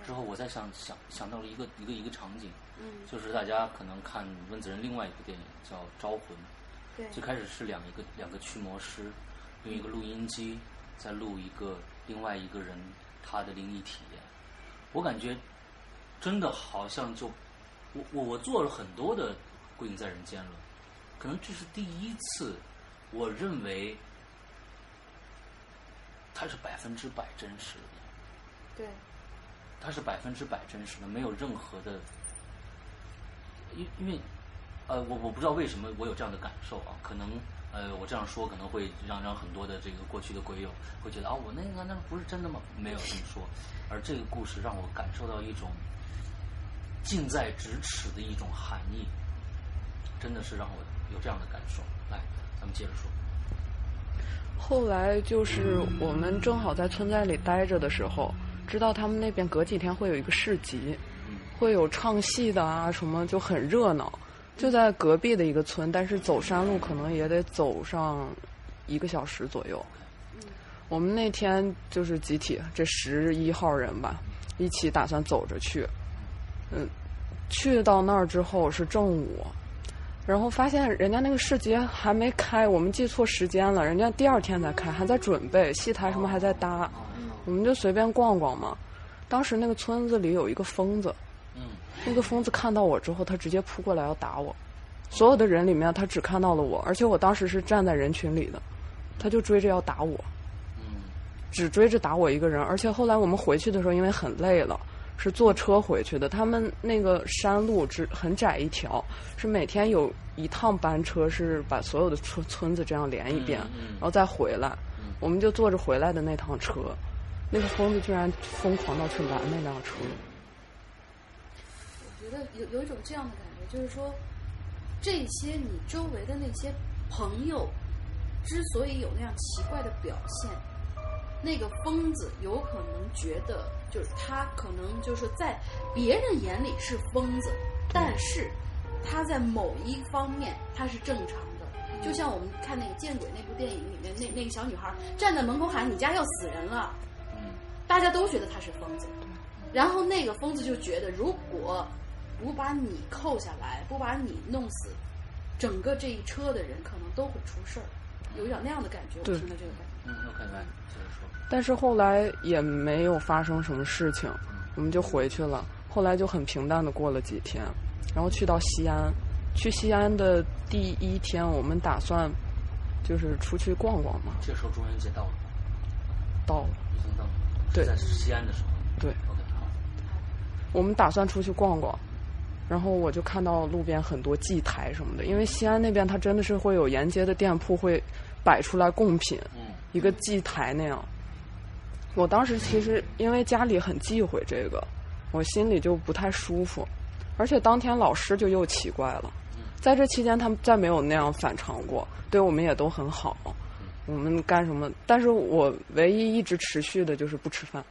Speaker 1: 之后我在想想想到了一个一个一个场景，
Speaker 2: 嗯，
Speaker 1: 就是大家可能看温子仁另外一部电影叫《招魂》，
Speaker 2: 对，
Speaker 1: 最开始是两一个两个驱魔师用一个录音机在录一个另外一个人他的灵异体验，我感觉真的好像就我我我做了很多的《鬼影在人间》了，可能这是第一次，我认为它是百分之百真实的，
Speaker 2: 对，
Speaker 1: 它是百分之百真实的，没有任何的，因因为呃，我我不知道为什么我有这样的感受啊，可能呃，我这样说可能会让让很多的这个过去的鬼友会觉得啊，我那个那不是真的吗？没有这么说，而这个故事让我感受到一种近在咫尺的一种含义，真的是让我有这样的感受。来，咱们接着说，
Speaker 3: 后来就是我们正好在村寨里待着的时候，知道他们那边隔几天会有一个市集，
Speaker 1: 嗯
Speaker 3: 会有唱戏的啊什么，就很热闹。就在隔壁的一个村，但是走山路可能也得走上一个小时左右。我们那天就是集体这十一号人吧，一起打算走着去。嗯，去到那儿之后是正午，然后发现人家那个市集还没开，我们记错时间了，人家第二天才开，还在准备戏台什么还在搭，
Speaker 2: 嗯
Speaker 3: 我们就随便逛逛嘛。当时那个村子里有一个疯子，
Speaker 1: 嗯
Speaker 3: 那个疯子看到我之后，他直接扑过来要打我。所有的人里面，他只看到了我，而且我当时是站在人群里的，他就追着要打我。
Speaker 1: 嗯
Speaker 3: 只追着打我一个人，而且后来我们回去的时候，因为很累了，是坐车回去的。他们那个山路只很窄一条，是每天有一趟班车，是把所有的村村子这样连一遍，
Speaker 1: 嗯嗯
Speaker 3: 然后再回来。
Speaker 1: 嗯
Speaker 3: 我们就坐着回来的那趟车，那个疯子居然疯狂到去拦那辆车。
Speaker 2: 我觉得有有一种这样的感觉，就是说，这些你周围的那些朋友之所以有那样奇怪的表现，那个疯子有可能觉得，就是他可能就是在别人眼里是疯子，但是他在某一方面他是正常的。就像我们看那个《见鬼》那部电影里面，那那个小女孩站在门口喊：“你家要死人了。”
Speaker 1: 嗯
Speaker 2: 大家都觉得他是疯子，然后那个疯子就觉得，如果不把你扣下来，不把你弄死，整个这一车的人可能都会出事儿，有点那样的感觉。我
Speaker 3: 对
Speaker 2: 听到这个感觉，
Speaker 1: 嗯，OK，来接着说，
Speaker 3: 但是后来也没有发生什么事情，
Speaker 1: 嗯
Speaker 3: 我们就回去了。后来就很平淡的过了几天，然后去到西安，去西安的第一天，我们打算就是出去逛逛嘛。
Speaker 1: 这时候中元节到了吗，
Speaker 3: 到了，
Speaker 1: 已经到了，
Speaker 3: 对
Speaker 1: 是在西安的时候。
Speaker 3: 对
Speaker 1: OK，好，
Speaker 3: 我们打算出去逛逛，然后我就看到路边很多祭台什么的，因为西安那边它真的是会有沿街的店铺会摆出来贡品，
Speaker 1: 嗯
Speaker 3: 一个祭台那样。我当时其实因为家里很忌讳这个，我心里就不太舒服，而且当天老师就又奇怪了，在这期间他们再没有那样反常过，对我们也都很好，我们干什么？但是我唯一一直持续的就是不吃饭，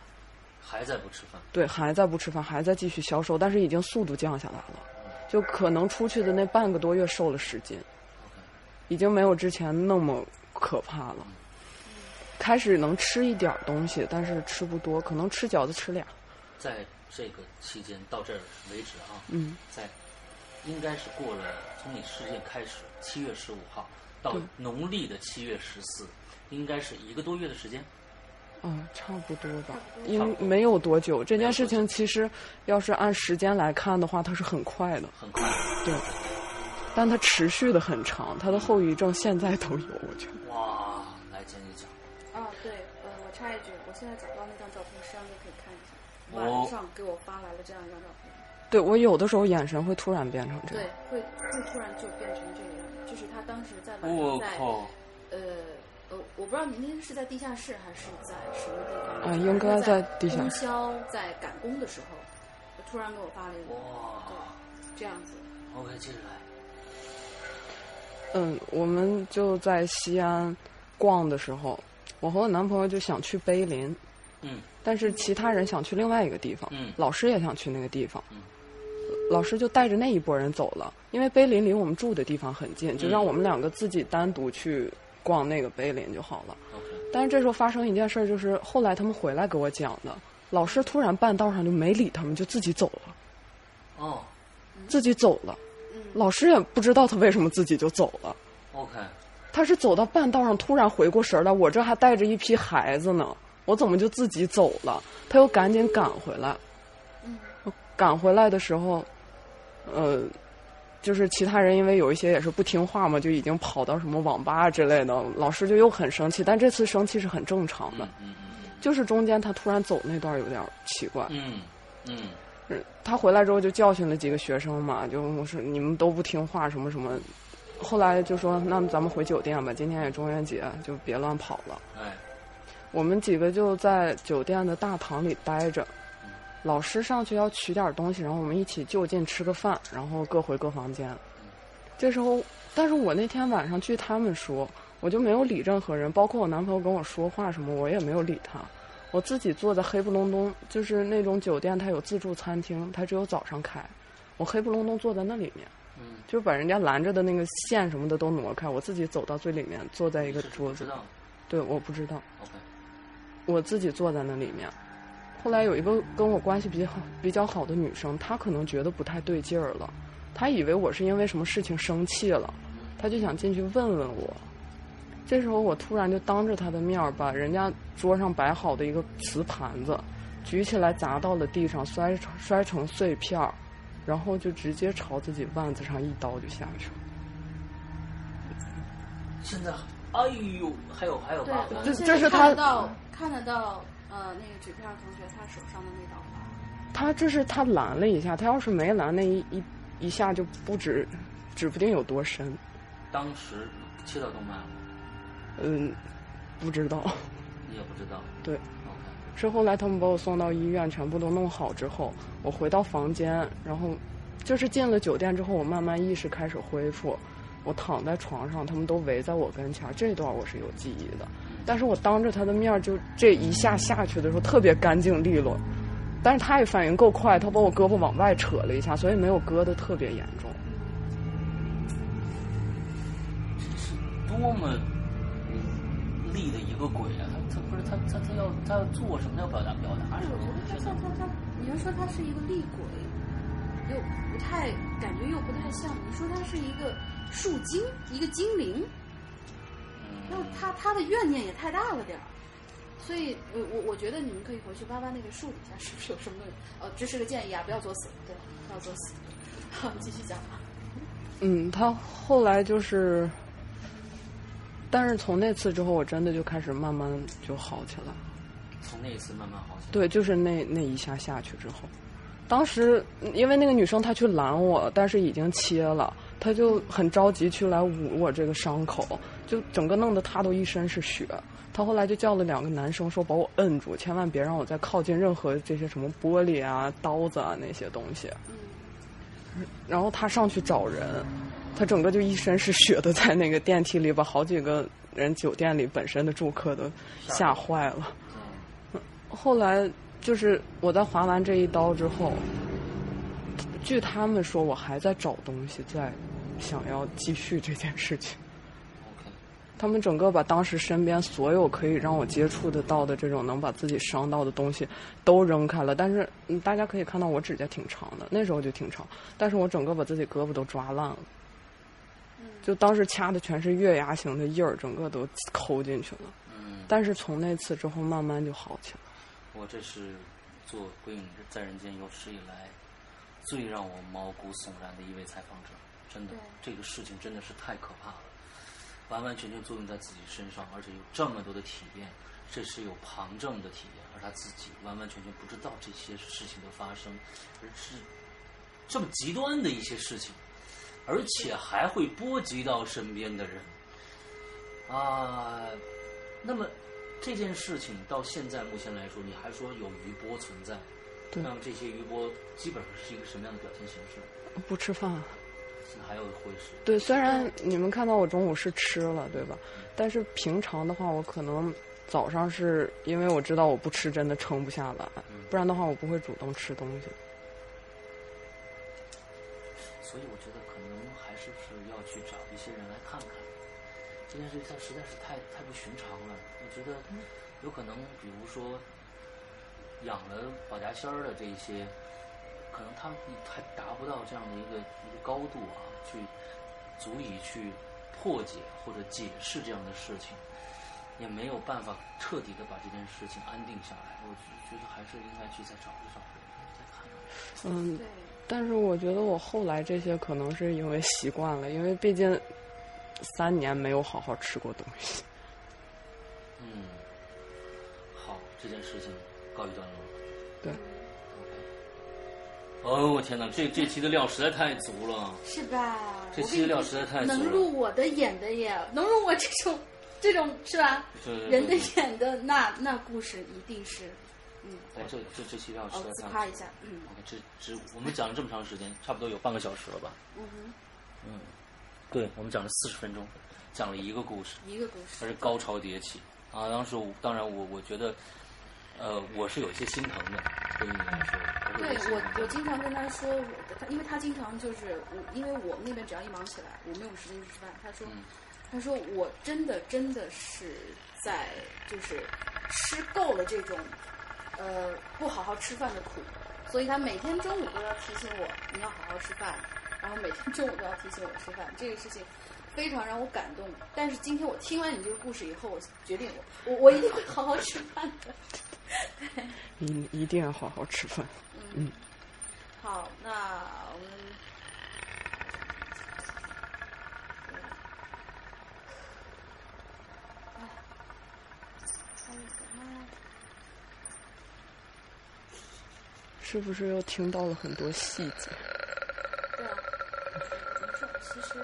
Speaker 1: 还在不吃饭，
Speaker 3: 对，还在不吃饭，还在继续消瘦，但是已经速度降下来了，就可能出去的那半个多月瘦了十斤，已经没有之前那么可怕了。开始能吃一点儿东西，但是吃不多，可能吃饺子吃俩。
Speaker 1: 在这个期间到这儿为止啊，
Speaker 3: 嗯，
Speaker 1: 在应该是过了从你事件开始，七月十五号到农历的七月十四，应该是一个多月的时间。
Speaker 3: 嗯，差不多吧，
Speaker 1: 差不
Speaker 3: 因
Speaker 1: 多
Speaker 3: 没有多久。这件事
Speaker 1: 没
Speaker 3: 情其实要是按时间来看的话，它是很快的，
Speaker 1: 很快，
Speaker 3: 对。但它持续的很长，它的后遗症现在都有，我觉得。
Speaker 1: 哇，来讲一讲，
Speaker 2: 啊，对，呃，我插一句，我现在找不到那张照片，实际上就可以看一下。
Speaker 1: 哦
Speaker 2: 晚上给我发来了这样一张照片，
Speaker 3: 对我有的时候眼神会突然变成这
Speaker 2: 对
Speaker 3: 样，，
Speaker 2: 会会突然就变成这个样子，就是他当时在晚
Speaker 1: 我
Speaker 2: 上在
Speaker 1: 靠，
Speaker 2: 呃呃，我不知道您那是在地下室还是在什么地方
Speaker 3: 啊应该在
Speaker 2: 在
Speaker 3: 地下室
Speaker 2: 通宵在赶工的时候，突然给我发了一个
Speaker 1: 哇
Speaker 2: 这样子，
Speaker 1: ，OK，接着来，
Speaker 3: 嗯，我们就在西安逛的时候，我和我男朋友就想去碑林，
Speaker 1: 嗯
Speaker 3: 但是其他人想去另外一个地方，
Speaker 1: 嗯
Speaker 3: 老师也想去那个地方
Speaker 1: 嗯，
Speaker 3: 老师就带着那一拨人走了，因为碑林离我们住的地方很近，就让我们两个自己单独去逛那个碑林就好了。
Speaker 1: ，OK，
Speaker 3: 但是这时候发生一件事儿，就是后来他们回来给我讲的，老师突然半道上就没理他们，就自己走了，
Speaker 1: 哦
Speaker 3: 自己走了，
Speaker 2: 嗯，
Speaker 3: 老师也不知道他为什么自己就走了。
Speaker 1: ，OK，
Speaker 3: 他是走到半道上突然回过神儿来，我这还带着一批孩子呢，我怎么就自己走了？他又赶紧赶回来，
Speaker 2: 嗯，
Speaker 3: 赶回来的时候，呃，就是其他人因为有一些也是不听话嘛，就已经跑到什么网吧之类的，老师就又很生气，但这次生气是很正常的
Speaker 1: 嗯，嗯嗯
Speaker 3: 就是中间他突然走那段有点奇怪，
Speaker 1: 嗯嗯
Speaker 3: 嗯他回来之后就教训了几个学生嘛，就我说你们都不听话什么什么，后来就说那咱们回酒店吧，今天也中元节，就别乱跑了。
Speaker 1: 嗯，哎，
Speaker 3: 我们几个就在酒店的大堂里待着，老师上去要取点东西，然后我们一起就近吃个饭，然后各回各房间。这时候，但是我那天晚上据他们说，我就没有理任何人，包括我男朋友跟我说话什么，我也没有理他。我自己坐在黑不隆咚，就是那种酒店，它有自助餐厅，它只有早上开。我黑不隆咚坐在那里面，
Speaker 1: 嗯，
Speaker 3: 就把人家拦着的那个线什么的都挪开，我自己走到最里面，坐在一个
Speaker 1: 是不
Speaker 3: 桌
Speaker 1: 知
Speaker 3: 子。
Speaker 1: 道
Speaker 3: 对，我不知道。
Speaker 1: ，OK，
Speaker 3: 我自己坐在那里面。后来有一个跟我关系比较好比较好的女生，她可能觉得不太对劲儿了，她以为我是因为什么事情生气了，她就想进去问问我。这时候我突然就当着她的面儿把人家桌上摆好的一个瓷盘子举起来砸到了地上，摔成摔成碎片儿，然后就直接朝自己腕子上一刀就下去了。
Speaker 1: 现在，哎呦，还有还有
Speaker 2: 对
Speaker 1: 疤，
Speaker 2: 我
Speaker 1: 痕，
Speaker 3: 这
Speaker 2: 们现
Speaker 3: 这
Speaker 2: 在
Speaker 3: 是他
Speaker 2: 看得到看得到呃那个纸片儿同学他手上的那道疤，
Speaker 3: 他这是他拦了一下，他要是没拦那一一一下就不止，指不定有多深。
Speaker 1: 当时切到动脉了，
Speaker 3: 嗯，不知道。
Speaker 1: 你也不知道
Speaker 3: 对，
Speaker 1: ，OK，
Speaker 3: 是后来他们把我送到医院，全部都弄好之后，我回到房间，然后就是进了酒店之后，我慢慢意识开始恢复。我躺在床上，他们都围在我跟前儿，这段我是有记忆的。但是我当着他的面儿，就这一下下去的时候特别干净利落，但是他也反应够快，他把我胳膊往外扯了一下，所以没有割的特别严重。
Speaker 1: 多么厉的一个鬼啊！他他不是他他他要他要做什么？要表达表达
Speaker 2: 而且
Speaker 1: 什
Speaker 2: 我觉
Speaker 1: 么
Speaker 2: 得？嗯他像他他，你要说他是一个厉鬼，又不太感觉又不太像，你说他是一个树精，一个精灵。那
Speaker 1: 嗯，
Speaker 2: 他他的怨念也太大了点儿，所以我我我觉得你们可以回去挖挖那个树底下是不是有什么东西？呃，这是个建议啊，不要作死，对，不要作死。好，你继续讲吧。
Speaker 3: 嗯，他后来就是但是从那次之后，我真的就开始慢慢就好起来。
Speaker 1: 从那一次慢慢好起来。
Speaker 3: 对，就是那那一下下去之后，当时因为那个女生她去拦我，但是已经切了，她就很着急去来捂我这个伤口，就整个弄得她都一身是血。她后来就叫了两个男生说把我摁住，千万别让我再靠近任何这些什么玻璃啊、刀子啊那些东西。
Speaker 2: 嗯
Speaker 3: 然后她上去找人，她整个就一身是血的在那个电梯里，把好几个人酒店里本身的住客都吓坏了。
Speaker 1: 嗯
Speaker 3: 后来就是我在划完这一刀之后，据他们说，我还在找东西，在想要继续这件事情。
Speaker 1: ，OK，
Speaker 3: 他们整个把当时身边所有可以让我接触得到的这种能把自己伤到的东西都扔开了，但是嗯大家可以看到我指甲挺长的，那时候就挺长，但是我整个把自己胳膊都抓烂了，就当时掐的全是月牙形的印儿，整个都抠进去了。
Speaker 1: 嗯，
Speaker 3: 但是从那次之后，慢慢就好起来了。
Speaker 1: 我这是做《鬼影在人间》有史以来最让我毛骨悚然的一位采访者，真的
Speaker 2: 对，
Speaker 1: 这个事情真的是太可怕了，完完全全作用在自己身上，而且有这么多的体验，这是有旁证的体验，而他自己完完全全不知道这些事情的发生，而是这么极端的一些事情，而且还会波及到身边的人，啊，那么这件事情到现在目前来说，你还说有余波存在，
Speaker 3: 对
Speaker 1: 那么这些余波基本上是一个什么样的表现形式？
Speaker 3: 不吃饭、啊。
Speaker 1: 那还有会是
Speaker 3: 对，虽然你们看到我中午是吃了，对吧？但是平常的话，我可能早上是因为我知道我不吃真的撑不下来，不然的话我不会主动吃东西。
Speaker 1: 所以我觉得可能还是是要去找一些人来看看。这件事情它实在是太太不寻常了。我觉得有可能，比如说养了保家仙儿的这一些，可能他们还达不到这样的一个一个高度啊，去足以去破解或者解释这样的事情，也没有办法彻底的把这件事情安定下来。我觉得还是应该去再找一找人，再看看。
Speaker 3: 嗯，
Speaker 2: 对，
Speaker 3: 但是我觉得我后来这些可能是因为习惯了，因为毕竟三年没有好好吃过东西。
Speaker 1: 嗯，好，这件事情告一段落。
Speaker 3: 对
Speaker 1: OK 哦，我天哪，这这期的料实在太足了，
Speaker 2: 是吧？
Speaker 1: 这
Speaker 2: 我
Speaker 1: 期的
Speaker 2: 跟你
Speaker 1: 料实在太
Speaker 2: 能
Speaker 1: 足了。
Speaker 2: 入我的眼的也，能入我这种 这种是吧？
Speaker 1: 对对对
Speaker 2: 人的眼的那那故事一定是，嗯，
Speaker 1: 哎，这这这期料实
Speaker 2: 哦，自
Speaker 1: 在
Speaker 2: 夸
Speaker 1: 太
Speaker 2: 一
Speaker 1: 足了。
Speaker 2: 下，嗯
Speaker 1: OK，这这我们讲了这么长时间，差不多有半个小时了吧？
Speaker 2: 嗯哼，
Speaker 1: 嗯，对，我们讲了四十分钟，讲了一个故事。
Speaker 2: 一个故
Speaker 1: 它
Speaker 2: 事，
Speaker 1: 是高潮迭起啊！当时我当然我我觉得，呃，我是有些心疼的，对于你来说，我是有些
Speaker 2: 对
Speaker 1: 心
Speaker 2: 我
Speaker 1: 疼的
Speaker 2: 我经常跟他说我的，他因为他经常就是我，因为我们那边只要一忙起来，我没有时间去吃饭，他说、
Speaker 1: 嗯
Speaker 2: 他说我真的真的是在就是吃够了这种呃不好好吃饭的苦，所以他每天中午都要提醒我你要好好吃饭，然后每天 中午都要提醒我吃饭，这个事情非常让我感动。但是今天我听完你这个故事以后，我决定我我我一定会好好吃饭的。
Speaker 3: 一一定要好好吃饭。
Speaker 2: 嗯，好，那我们。
Speaker 3: 是不是又听到了很多细节？
Speaker 2: 对啊，怎么说？其实，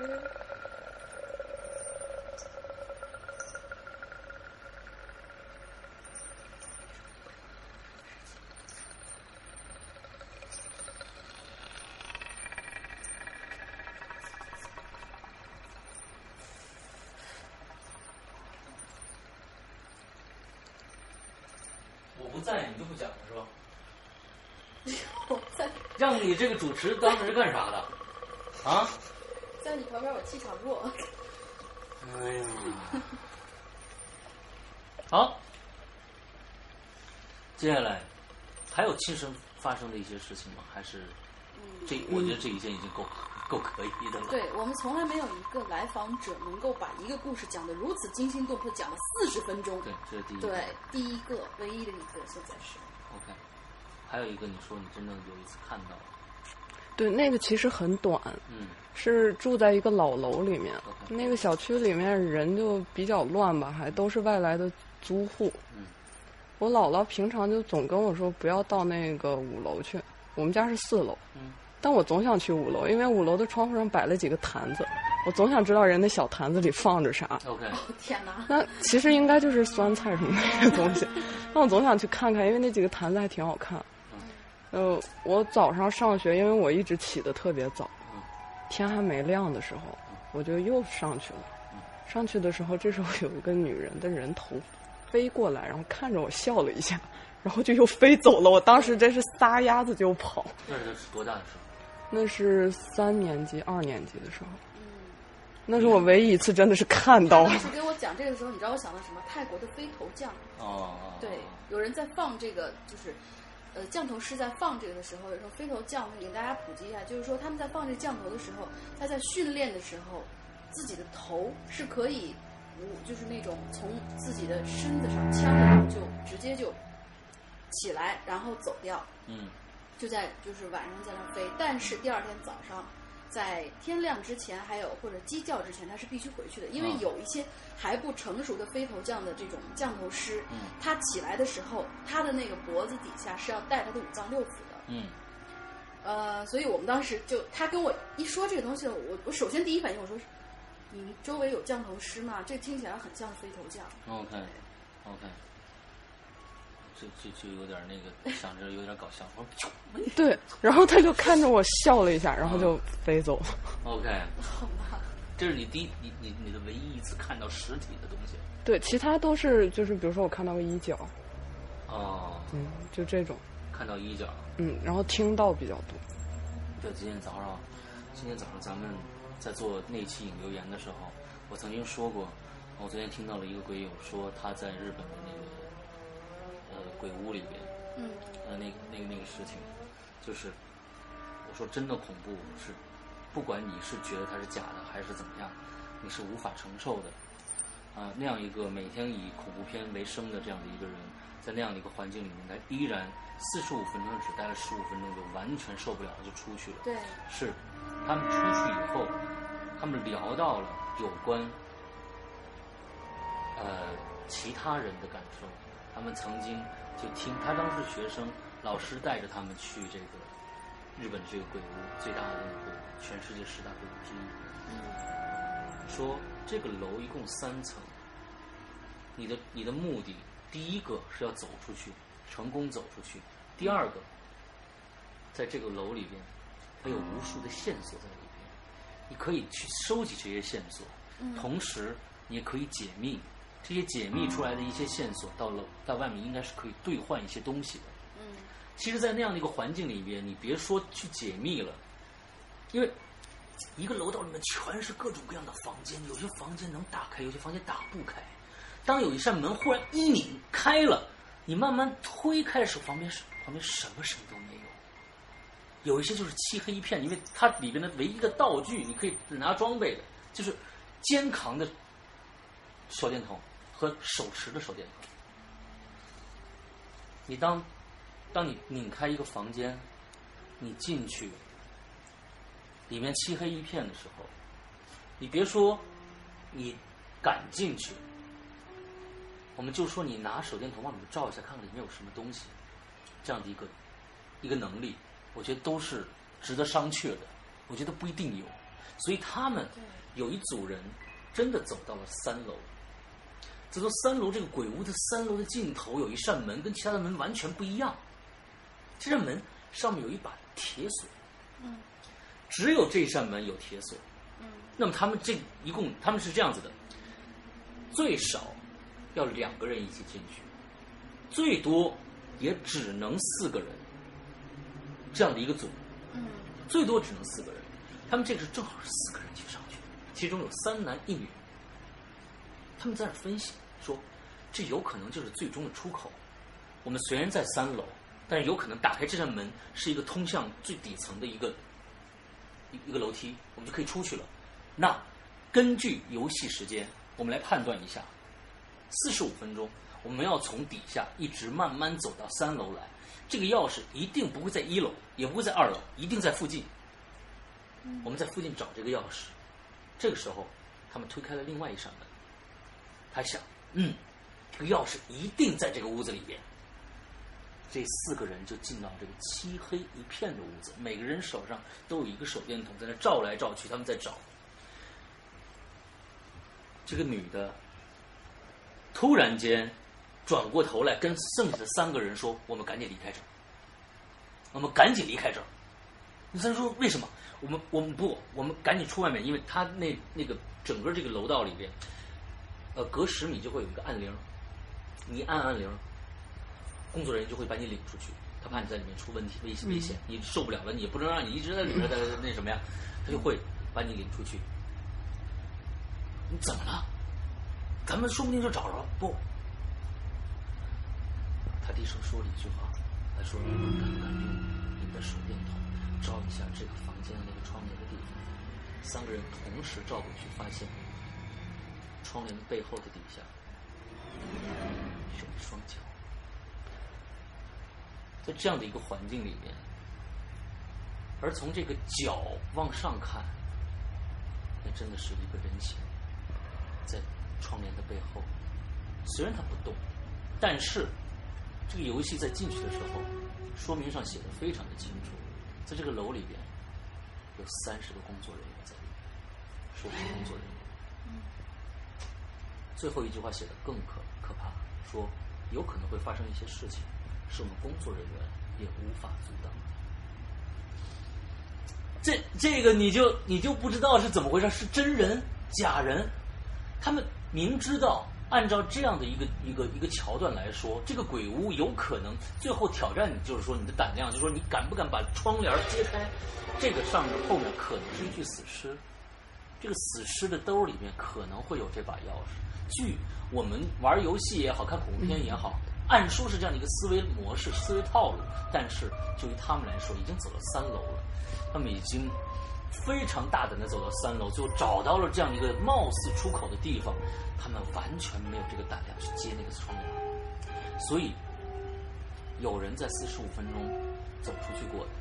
Speaker 1: 我不在，你就不讲了是吧？
Speaker 2: 我哦在
Speaker 1: 让你这个主持当时是干啥的？啊？
Speaker 2: 在你旁边，我气场弱。
Speaker 1: 哎呀， 好，接下来还有亲身发生的一些事情吗？还是
Speaker 2: 嗯
Speaker 1: 这？我觉得这一件已经够够可以的了。
Speaker 2: 对我们从来没有一个来访者能够把一个故事讲得如此惊心动魄，讲了四十分钟。
Speaker 1: 对，这是第一个。
Speaker 2: 对，第一个，唯一的一个，现在是。
Speaker 1: OK，还有一个，你说你真正有一次看到，
Speaker 3: 对，那个其实很短，
Speaker 1: 嗯
Speaker 3: 是住在一个老楼里面，
Speaker 1: ，OK，
Speaker 3: 那个小区里面人就比较乱吧，还都是外来的租户。
Speaker 1: 嗯
Speaker 3: 我姥姥平常就总跟我说不要到那个五楼去，我们家是四楼，
Speaker 1: 嗯
Speaker 3: 但我总想去五楼，因为五楼的窗户上摆了几个坛子，我总想知道人那小坛子里放着啥。
Speaker 1: ，OK，
Speaker 2: 哦天哪！
Speaker 3: 那其实应该就是酸菜什么的东西，但我总想去看看，因为那几个坛子还挺好看。呃，我早上上学，因为我一直起得特别早
Speaker 1: 嗯，
Speaker 3: 天还没亮的时候，我就又上去了。上去的时候，这时候有一个女人的人头飞过来，然后看着我笑了一下， 然后就又飞走了。我当时真是撒丫子就跑。
Speaker 1: 那是是多大的时候？
Speaker 3: 那是三年级、二年级的时候，
Speaker 2: 嗯，
Speaker 3: 那是我唯一一次真的是看到了
Speaker 2: 当。时给我讲这个时候，你知道我想到什么？泰国的飞头降，
Speaker 1: 哦，
Speaker 2: 对，有人在放这个，就是，呃，降头师在放这个的时候，有时候飞头降给大家普及一下，就是说他们在放这降头的时候，他在训练的时候，自己的头是可以无，就是那种从自己的身子上枪然后就直接就起来，然后走掉，
Speaker 1: 嗯
Speaker 2: 就在就是晚上在那飞，但是第二天早上，在天亮之前，还有或者鸡叫之前，他是必须回去的，因为
Speaker 3: 嗯
Speaker 1: 啊
Speaker 2: 有一些还不成熟的飞头降的这种降头师，
Speaker 1: 嗯
Speaker 2: 他起来的时候，他的那个脖子底下是要带他的五脏六腑的，
Speaker 1: 嗯
Speaker 2: 呃，所以我们当时就他跟我一说这个东西，我我首先第一反应我说，你周围有降头师吗？这听起来很像飞头降，
Speaker 1: ，OK OK，这这就有点那个，想着有点搞 笑。我说
Speaker 3: 对，然后他就看着我笑了一下，然后就飞走了。
Speaker 1: OK，
Speaker 2: 好吗？
Speaker 1: 这是你第一你你你的唯一一次看到实体的东西。
Speaker 3: 对，其他都是就是比如说我看到过衣角，
Speaker 1: 哦，
Speaker 3: 嗯，就这种，
Speaker 1: 看到衣角。
Speaker 3: 嗯，然后听到比较 多。
Speaker 1: 对，今天早上，今天早上咱们在做那期引流言的时候，我曾经说过，我昨天听到了一个鬼友说他在日本的那个呃鬼屋里边，
Speaker 2: 嗯，
Speaker 1: 呃，那个那个那个事情，就是我说真的恐怖是，不管你是觉得它是假的还是怎么样，你是无法承受的。啊、那样一个每天以恐怖片为生的这样的一个人，在那样的一个环境里面，他依然四十五分钟只待了十五分钟就完全受不了了，就出去了。
Speaker 2: 对，
Speaker 1: 是他们出去以后，他们聊到了有关呃其他人的感受。他们曾经就听他当时学生，老师带着他们去这个日本这个鬼屋最大的那个鬼屋，全世界十大鬼屋之一，
Speaker 2: 嗯
Speaker 1: 说这个楼一共三层，你的你的目的第一个是要走出去，成功走出去；第二个，在这个楼里边，它有无数的线索在里边，你可以去收集这些线索，同时你也可以解密。这些解密出来的一些线索，到楼到外面应该是可以兑换一些东西的。
Speaker 2: 嗯，
Speaker 1: 其实，在那样的一个环境里边，你别说去解密了，因为一个楼道里面全是各种各样的房间，有些房间能打开，有些房间打不开。当有一扇门忽然一拧开了，你慢慢推开的时候，旁边是旁边什么声音都没有。有一些就是漆黑一片，因为它里边的唯一的道具，你可以拿装备的，就是肩扛的手电筒和手持的手电筒。你当当你拧开一个房间，你进去，里面漆黑一片的时候，你别说你敢进去，我们就说你拿手电筒往里面照一下，看看里面有什么东西，这样的一个一个能力，我觉得都是值得商榷的。我觉得不一定有，所以他们有一组人真的走到了三楼。这座三楼这个鬼屋的三楼的尽头有一扇门，跟其他的门完全不一样。这扇门上面有一把铁锁，
Speaker 2: 嗯，
Speaker 1: 只有这扇门有铁锁，
Speaker 2: 嗯，
Speaker 1: 那么他们这一共他们是这样子的，最少要两个人一起进去，最多也只能四个人，这样的一个组，
Speaker 2: 嗯，
Speaker 1: 最多只能四个人，他们这个是正好是四个人去上去，其中有三男一女，他们在那儿分析说，这有可能就是最终的出口。我们虽然在三楼，但是有可能打开这扇门是一个通向最底层的一个一一个楼梯，我们就可以出去了。那根据游戏时间，我们来判断一下，四十五分钟，我们要从底下一直慢慢走到三楼来。这个钥匙一定不会在一楼，也不会在二楼，一定在附近。我们在附近找这个钥匙。这个时候，他们推开了另外一扇门。他想，嗯，这个钥匙一定在这个屋子里边。这四个人就进到这个漆黑一片的屋子，每个人手上都有一个手电筒，在那照来照去，他们在找。这个女的突然间转过头来，跟剩下的三个人说：“我们赶紧离开这儿，我们赶紧离开这儿。”那三人说：“为什么？我们我们不，我们赶紧出外面，因为他那那个整个这个楼道里边，呃，隔十米就会有一个按铃，你按按铃，工作人员就会把你领出去，他怕你在里面出问题危险危险，你受不了了，你也不能让你一直在里面在那什么呀，他就会把你领出去。你怎么了？咱们说不定就找着了。不，他低声说了一句话，他说：“你们敢不敢用你们的手电筒照一下这个房间的那个窗帘的地方？”三个人同时照过去，发现窗帘背后的底下有一双脚。在这样的一个环境里面，而从这个脚往上看，那真的是一个人形，在窗帘的背后。虽然它不动，但是这个游戏在进去的时候，说明上写的非常的清楚，在这个楼里边有三十个工作人员在里面，说是工作人员。最后一句话写的更可可怕，说有可能会发生一些事情，是我们工作人员也无法阻挡的。这这个你就你就不知道是怎么回事，是真人假人？他们明知道，按照这样的一个一个一个桥段来说，这个鬼屋有可能最后挑战你，就是说你的胆量，就是说你敢不敢把窗帘揭开？这个上面后面可能是一具死尸，这个死尸的兜里面可能会有这把钥匙。据我们玩游戏也好看恐怖片也好，按说是这样的一个思维模式、思维套路，但是就于他们来说，已经走到三楼了，他们已经非常大胆的走到三楼，最后找到了这样一个貌似出口的地方，他们完全没有这个胆量去接那个窗帘，所以有人在四十五分钟走出去过的，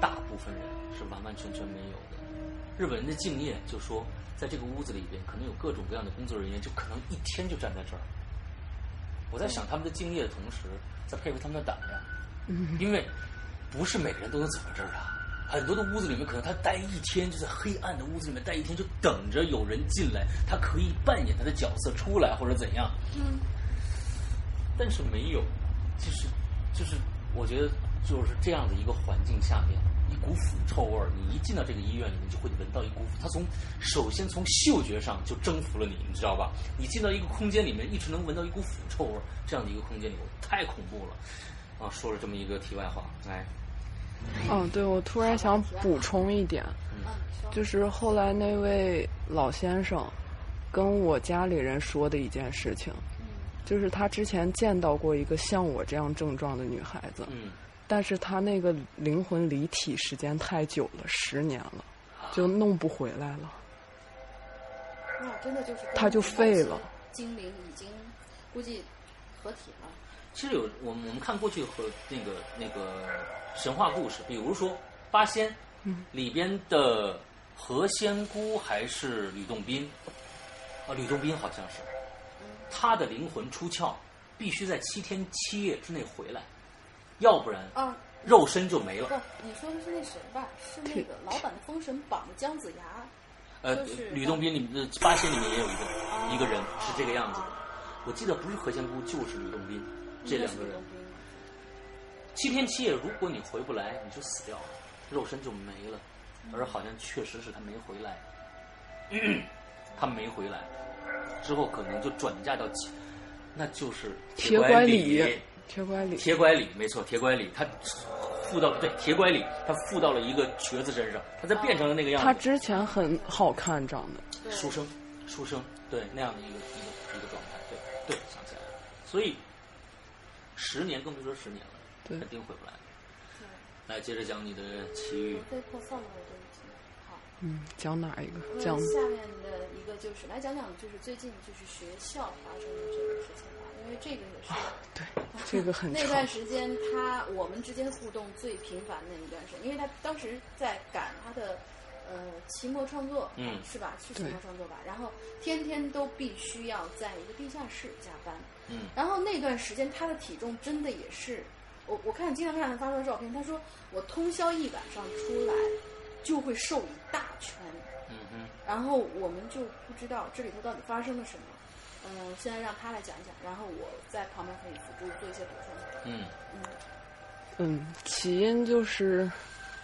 Speaker 1: 大部分人是完完全全没有的。日本人的敬业就说，在这个屋子里边，可能有各种各样的工作人员，就可能一天就站在这儿。我在想他们的敬业的同时，在佩服他们的胆量，
Speaker 3: 嗯
Speaker 1: 因为不是每个人都能走到这儿啊。很多的屋子里面，可能他待一天，就在黑暗的屋子里面待一天，就等着有人进来，他可以扮演他的角色出来或者怎样。
Speaker 2: 嗯，
Speaker 1: 但是没有，就是就是，我觉得就是这样的一个环境下面，一股腐臭味儿，你一进到这个医院里面就会闻到一股腐，它从首先从嗅觉上就征服了你，你知道吧？你进到一个空间里面，一直能闻到一股腐臭味儿，这样的一个空间里，我太恐怖了。啊，说了这么一个题外话，哎，
Speaker 3: 哦，对，我突然想补充一点，
Speaker 2: 嗯，行
Speaker 3: 就是后来那位老先生跟我家里人说的一件事情，
Speaker 2: 嗯
Speaker 3: 就是他之前见到过一个像我这样症状的女孩子，
Speaker 1: 嗯，
Speaker 3: 但是她那个灵魂离体时间太久了，十年了，就弄不回来了。
Speaker 2: 那哦真的就是
Speaker 3: 它就废了。
Speaker 2: 精灵已经估计合体了。
Speaker 1: 其实有我们我们看过去和那个那个神话故事，比如说八仙，
Speaker 2: 嗯
Speaker 1: 里边的何仙姑还是吕洞宾，啊，吕洞宾好像是，
Speaker 2: 嗯
Speaker 1: 他的灵魂出窍必须在七天七夜之内回来，要不然
Speaker 2: 啊，
Speaker 1: 肉身就没
Speaker 2: 不
Speaker 1: 了。，
Speaker 2: 你说的是那谁吧？是那个老版的《封神榜》的姜子牙。
Speaker 1: 呃
Speaker 2: 就是，
Speaker 1: 吕洞宾里面呃八仙里面也有一
Speaker 2: 哦
Speaker 1: 个一个人是这个样子的，我记得不是何仙姑就是吕洞宾这两个人。七天七夜，如果你回不来，你就死掉了，肉身就没了。
Speaker 3: 嗯
Speaker 1: 而好像确实是他没回来，他没回来，之后可能就转嫁到其，那就是
Speaker 3: 铁
Speaker 1: 拐
Speaker 3: 拐李，铁拐李，
Speaker 1: 铁拐李，没错，铁拐李，他附到对铁拐李，他附到了一个瘸子身上，他才变成了那个样
Speaker 3: 她
Speaker 1: 子。
Speaker 3: 之前很好看长得，
Speaker 2: 对
Speaker 1: 书生，书生，对那样的一个一个一个状态，对对，想起来了。所以十年更别说十年了，
Speaker 3: 对
Speaker 1: 肯定回不来。来，接着讲你的奇遇。
Speaker 2: 被迫放过这一集。好，
Speaker 3: 嗯，讲哪一个？
Speaker 2: 那
Speaker 3: 讲
Speaker 2: 下面的一个就是来讲讲，就是最近就是学校发生的这个事情吧。因为因为这个也是
Speaker 3: 对，这个很
Speaker 2: 那
Speaker 3: 长
Speaker 2: 段。时间他我们之间互动最频繁的一段时间，因为他当时在赶他的呃期末创作，
Speaker 1: 嗯
Speaker 2: 是吧？是期
Speaker 3: 对
Speaker 2: 末创作吧？然后天天都必须要在一个地下室加班，
Speaker 1: 嗯
Speaker 2: 然后那段时间他的体重真的也是，我我看经常看他发出来照片，他说我通宵一晚上出来就会瘦一大圈，
Speaker 1: 嗯哼，
Speaker 2: 然后我们就不知道这里头到底发生了什么。嗯、现在让他来讲一讲，然后我在旁边可以辅助做一些补充。
Speaker 1: 嗯
Speaker 2: 嗯。
Speaker 3: 嗯，起因就是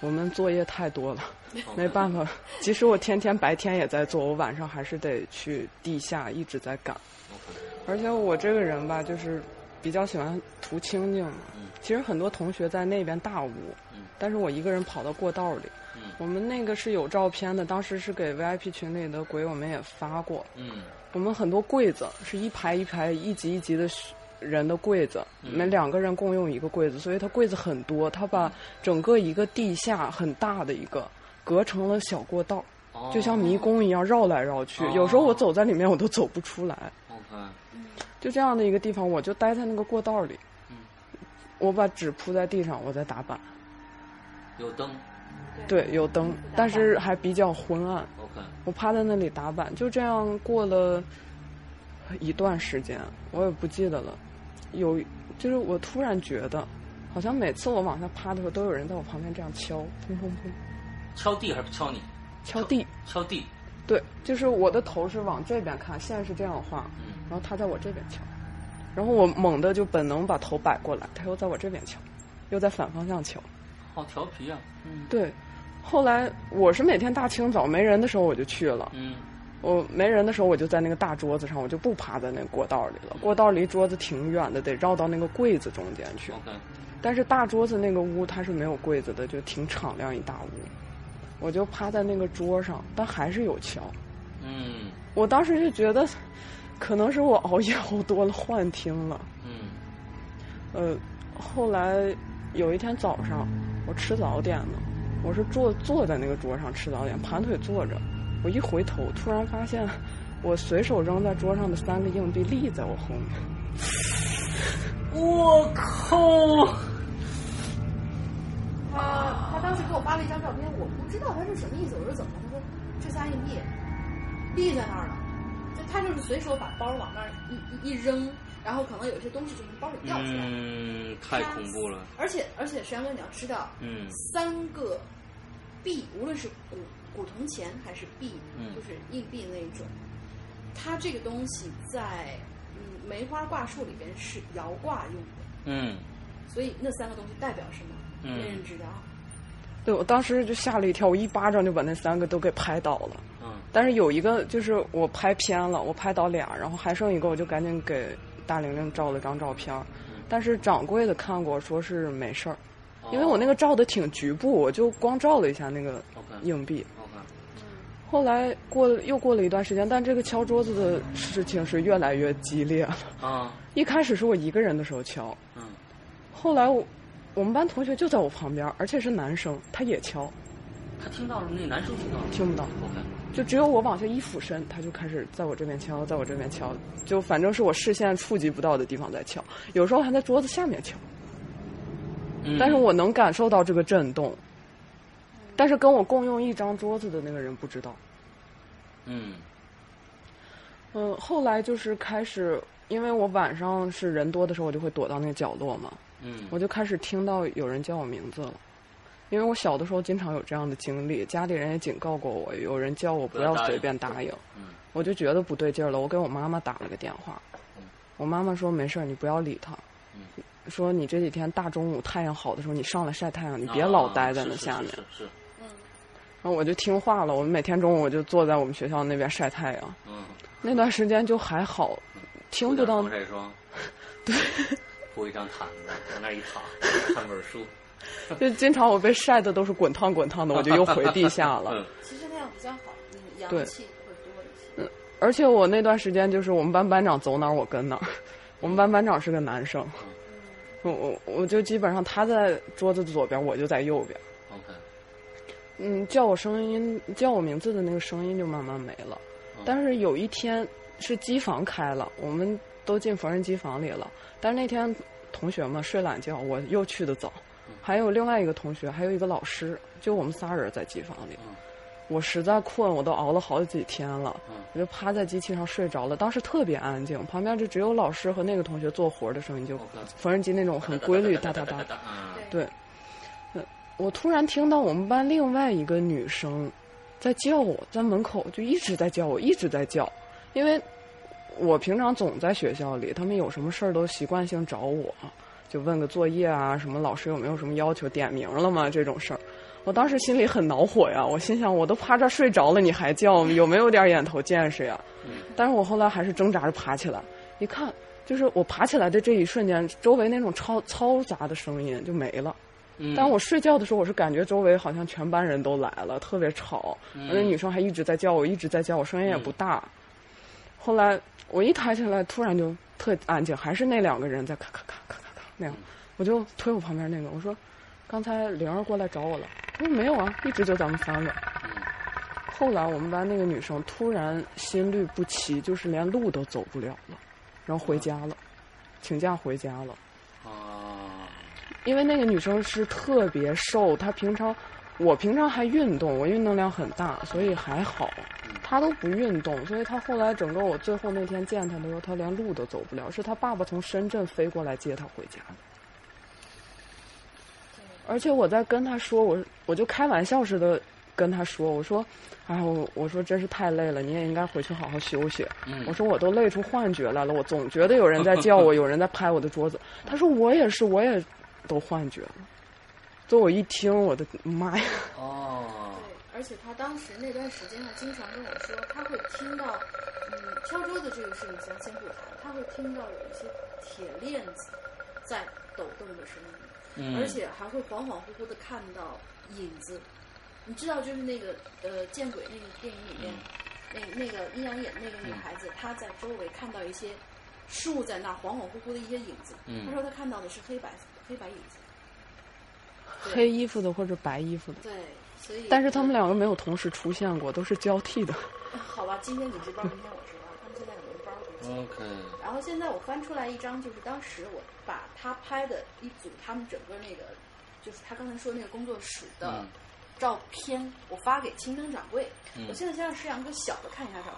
Speaker 3: 我们作业太多了，
Speaker 1: ，OK
Speaker 3: 没办
Speaker 2: 嗯
Speaker 3: 法。其实我天天白天也在做，我晚上还是得去地下一直在赶。
Speaker 1: ，OK，
Speaker 3: 而且我这个人吧，就是比较喜欢图清静嘛。
Speaker 1: 嗯
Speaker 3: 其实很多同学在那边大屋，
Speaker 1: 嗯
Speaker 3: 但是我一个人跑到过道里。
Speaker 1: 嗯
Speaker 3: 我们那个是有照片的，当时是给 VIP 群里的鬼友们也发过。
Speaker 1: 嗯
Speaker 3: 我们很多柜子是一排一排、一级一级的人的柜子，
Speaker 1: 嗯
Speaker 3: 每两个人共用一个柜子，所以它柜子很多，它把整个一个地下很大的一个隔成了小过道，
Speaker 1: 哦，
Speaker 3: 就像迷宫一样绕来绕去
Speaker 1: 哦。
Speaker 3: 有时候我走在里面我都走不出来，
Speaker 1: OK，
Speaker 2: 嗯
Speaker 3: 就这样的一个地方，我就待在那个过道里
Speaker 1: 嗯。
Speaker 3: 我把纸铺在地上，我在打板。
Speaker 1: 有灯
Speaker 3: 对，有灯，但是还比较昏暗。
Speaker 1: ，OK，
Speaker 3: 我趴在那里打板，就这样过了一段时间，我也不记得了。有，就是我突然觉得，好像每次我往下趴的时候，都有人在我旁边这样敲，砰砰砰，
Speaker 1: 敲地还是敲你？
Speaker 3: 敲地。
Speaker 1: 敲地，
Speaker 3: 对，就是我的头是往这边看，线是这样画，
Speaker 1: 嗯
Speaker 3: 然后他在我这边敲，然后我猛地就本能把头摆过来，他又在我这边敲，又在反方向敲。
Speaker 1: 好调皮啊，嗯
Speaker 3: 对，后来我是每天大清早没人的时候我就去了，
Speaker 1: 嗯
Speaker 3: 我没人的时候，我就在那个大桌子上，我就不趴在那个过道里了。过道离桌子挺远的，得绕到那个柜子中间去。
Speaker 1: ，OK，
Speaker 3: 但是大桌子那个屋它是没有柜子的，就挺敞亮一大屋。我就趴在那个桌上，但还是有敲。
Speaker 1: 嗯
Speaker 3: 我当时就觉得，可能是我熬夜熬多了，幻听了。
Speaker 1: 嗯
Speaker 3: 呃，后来有一天早上，我吃早点呢，我是坐坐在那个桌上吃早点，盘腿坐着。我一回头，突然发现我随手扔在桌上的三个硬币立在我后面。
Speaker 1: 我靠！
Speaker 2: 他他当时给我发了一张照片，我不知道他是什么意思，我说怎么了？他说这仨硬币立在那儿了，就他就是随手把包往那儿一一一扔，然后可能有些东西就从包里掉出来了。
Speaker 1: 嗯，太恐怖了，
Speaker 2: 而且而且，石阳哥，你要知道，
Speaker 1: 嗯
Speaker 2: 三个币，无论是古古铜钱还是币，
Speaker 1: 嗯
Speaker 2: 就是硬币那一种，它这个东西在嗯梅花卦术里边是摇卦用的，
Speaker 1: 嗯
Speaker 2: 所以那三个东西代表什么，
Speaker 1: 嗯
Speaker 2: 没人知道。
Speaker 3: 对我当时就吓了一跳，我一巴掌就把那三个都给拍倒了。
Speaker 1: 嗯
Speaker 3: 但是有一个就是我拍偏了，我拍倒俩，然后还剩一个，我就赶紧给大玲玲照了张照片儿。
Speaker 1: 嗯
Speaker 3: 但是掌柜的看过，说是没事儿，
Speaker 1: 哦
Speaker 3: 因为我那个照的挺局部，我就光照了一下那个
Speaker 1: OK
Speaker 3: 硬币。
Speaker 1: OK，
Speaker 2: 嗯
Speaker 3: 后来过了又过了一段时间，但这个敲桌子的事情是越来越激烈了。
Speaker 1: 啊
Speaker 3: 一开始是我一个人的时候敲，
Speaker 1: 嗯
Speaker 3: 后来我我们班同学就在我旁边，而且是男生，他也敲，
Speaker 1: 他听到了，那男生听到了
Speaker 3: 听不到，
Speaker 1: ，OK，
Speaker 3: 就只有我往下一俯身，他就开始在我这边敲，在我这边敲，就反正是我视线触及不到的地方在敲，有时候还在桌子下面敲，
Speaker 1: 嗯
Speaker 3: 但是我能感受到这个震动，但是跟我共用一张桌子的那个人不知道。
Speaker 1: 嗯
Speaker 3: 嗯，后来就是开始，因为我晚上是人多的时候，我就会躲到那个角落嘛，
Speaker 1: 嗯
Speaker 3: 我就开始听到有人叫我名字了。因为我小的时候经常有这样的经历，家里人也警告过我，有人叫我不要随便答应，
Speaker 1: 嗯
Speaker 3: 我就觉得不对劲儿了，我给我妈妈打了个电话
Speaker 1: 嗯，
Speaker 3: 我妈妈说没事儿，你不要理他
Speaker 1: 嗯，
Speaker 3: 说你这几天大中午太阳好的时候，你上来晒太阳，你别老待在那下面。
Speaker 1: 啊是是是，
Speaker 2: 嗯，
Speaker 3: 然后我就听话了，我每天中午我就坐在我们学校那边晒太阳，
Speaker 1: 嗯，
Speaker 3: 那段时间就还好，听不到
Speaker 1: 防晒 霜，对，铺一张毯子，往那一 躺，看本书，
Speaker 3: 就经常我被晒的都是滚烫滚烫的，我就又回地下了
Speaker 1: 嗯。
Speaker 2: 其实那样比较好，嗯，阳
Speaker 3: 对
Speaker 2: 气会多一些。
Speaker 3: 而且我那段时间就是我们班班长走哪儿我跟哪儿，我们班班长是个男生，我我我就基本上他在桌子左边，我就在右边。
Speaker 1: OK，
Speaker 3: 嗯，叫我声音叫我名字
Speaker 1: 嗯
Speaker 3: 的那个声音就慢慢没了。但是有一天是机房开了，我们都进缝纫机房里了。但是那天同学们睡懒觉，我又去的早，还有另外一个同学，还有一个老师，就我们仨人在机房里。我实在困，我都熬了好几天了，我就趴在机器上睡着了。当时特别安静，旁边就只有老师和那个同学做活的声音，就
Speaker 1: OK
Speaker 3: 缝纫机那种很规律，哒哒哒。
Speaker 1: 啊，
Speaker 2: 对
Speaker 3: 对，呃我突然听到我们班另外一个女生在叫我，在门口就一直在叫我，一直在叫，因为我平常总在学校里，他们有什么事儿都习惯性找我，就问个作业啊，什么老师有没有什么要求，点名了吗这种事儿。我当时心里很恼火呀，我心想我都趴这儿睡着了，你还叫，有没有点眼头见识呀？
Speaker 1: 嗯
Speaker 3: 但是我后来还是挣扎着爬起来，一看，就是我爬起来的这一瞬间，周围那种嘈嘈杂的声音就没了。
Speaker 1: 嗯
Speaker 3: 但我睡觉的时候，我是感觉周围好像全班人都来了，特别吵。
Speaker 1: 嗯
Speaker 3: 那女生还一直在叫我，一直在叫我，声音也不大。后来我一抬起来，突然就特安静，还是那两个人在咔咔咔咔咔咔那样。我就推我旁边那个，我说：“刚才玲儿过来找我了。”他说：“没有啊，一直就咱们三个。”
Speaker 1: 嗯
Speaker 3: 后来我们班那个女生突然心律不齐，就是连路都走不了了，然后回家了，请假回家了。
Speaker 1: 啊，
Speaker 3: 因为那个女生是特别瘦，她平常我平常还运动，我运动量很大，所以还好。她都不运动，所以她后来整个我最后那天见她的时候，她连路都走不了，是她爸爸从深圳飞过来接她回家的。而且我在跟她说，我我就开玩笑似的跟她说，我说，哎，我我说真是太累了，你也应该回去好好休息。啊
Speaker 1: 嗯
Speaker 3: 我说我都累出幻觉来了，我总觉得有人在叫我，有人在拍我的桌子。她说我也是，我也都幻觉了。所以我一听，我的妈呀！
Speaker 1: 哦，
Speaker 2: 对，而且他当时那段时间，他经常跟我说，他会听到，嗯，敲桌子这个事情相信不谈，他会听到有一些铁链子在抖动的声音，
Speaker 1: 嗯，
Speaker 2: 而且还会恍恍惚惚的看到影子。你知道，就是那个呃，《见鬼》那个电影里面，
Speaker 3: 嗯
Speaker 2: 那那个阴阳眼那个女孩子，她在周围看到一些树在那儿恍恍惚惚的一些影子。
Speaker 1: 嗯
Speaker 2: 她说她看到的是黑白黑白影子。对
Speaker 3: 黑衣服的或者白衣服的，
Speaker 2: 对，所以
Speaker 3: 但是他们两个没有同时出现过，都是交替 的。
Speaker 2: 好吧，今天你值班，明天我值班，他们现在有轮班儿估计。
Speaker 1: OK，
Speaker 2: 然后现在我翻出来一张，就是当时我把他拍的一组他们整个那个，就是他刚才说那个工作室的
Speaker 1: 嗯
Speaker 2: 照片，我发给青灯掌柜。
Speaker 1: 嗯
Speaker 2: 我现在先让石阳哥小的看一下照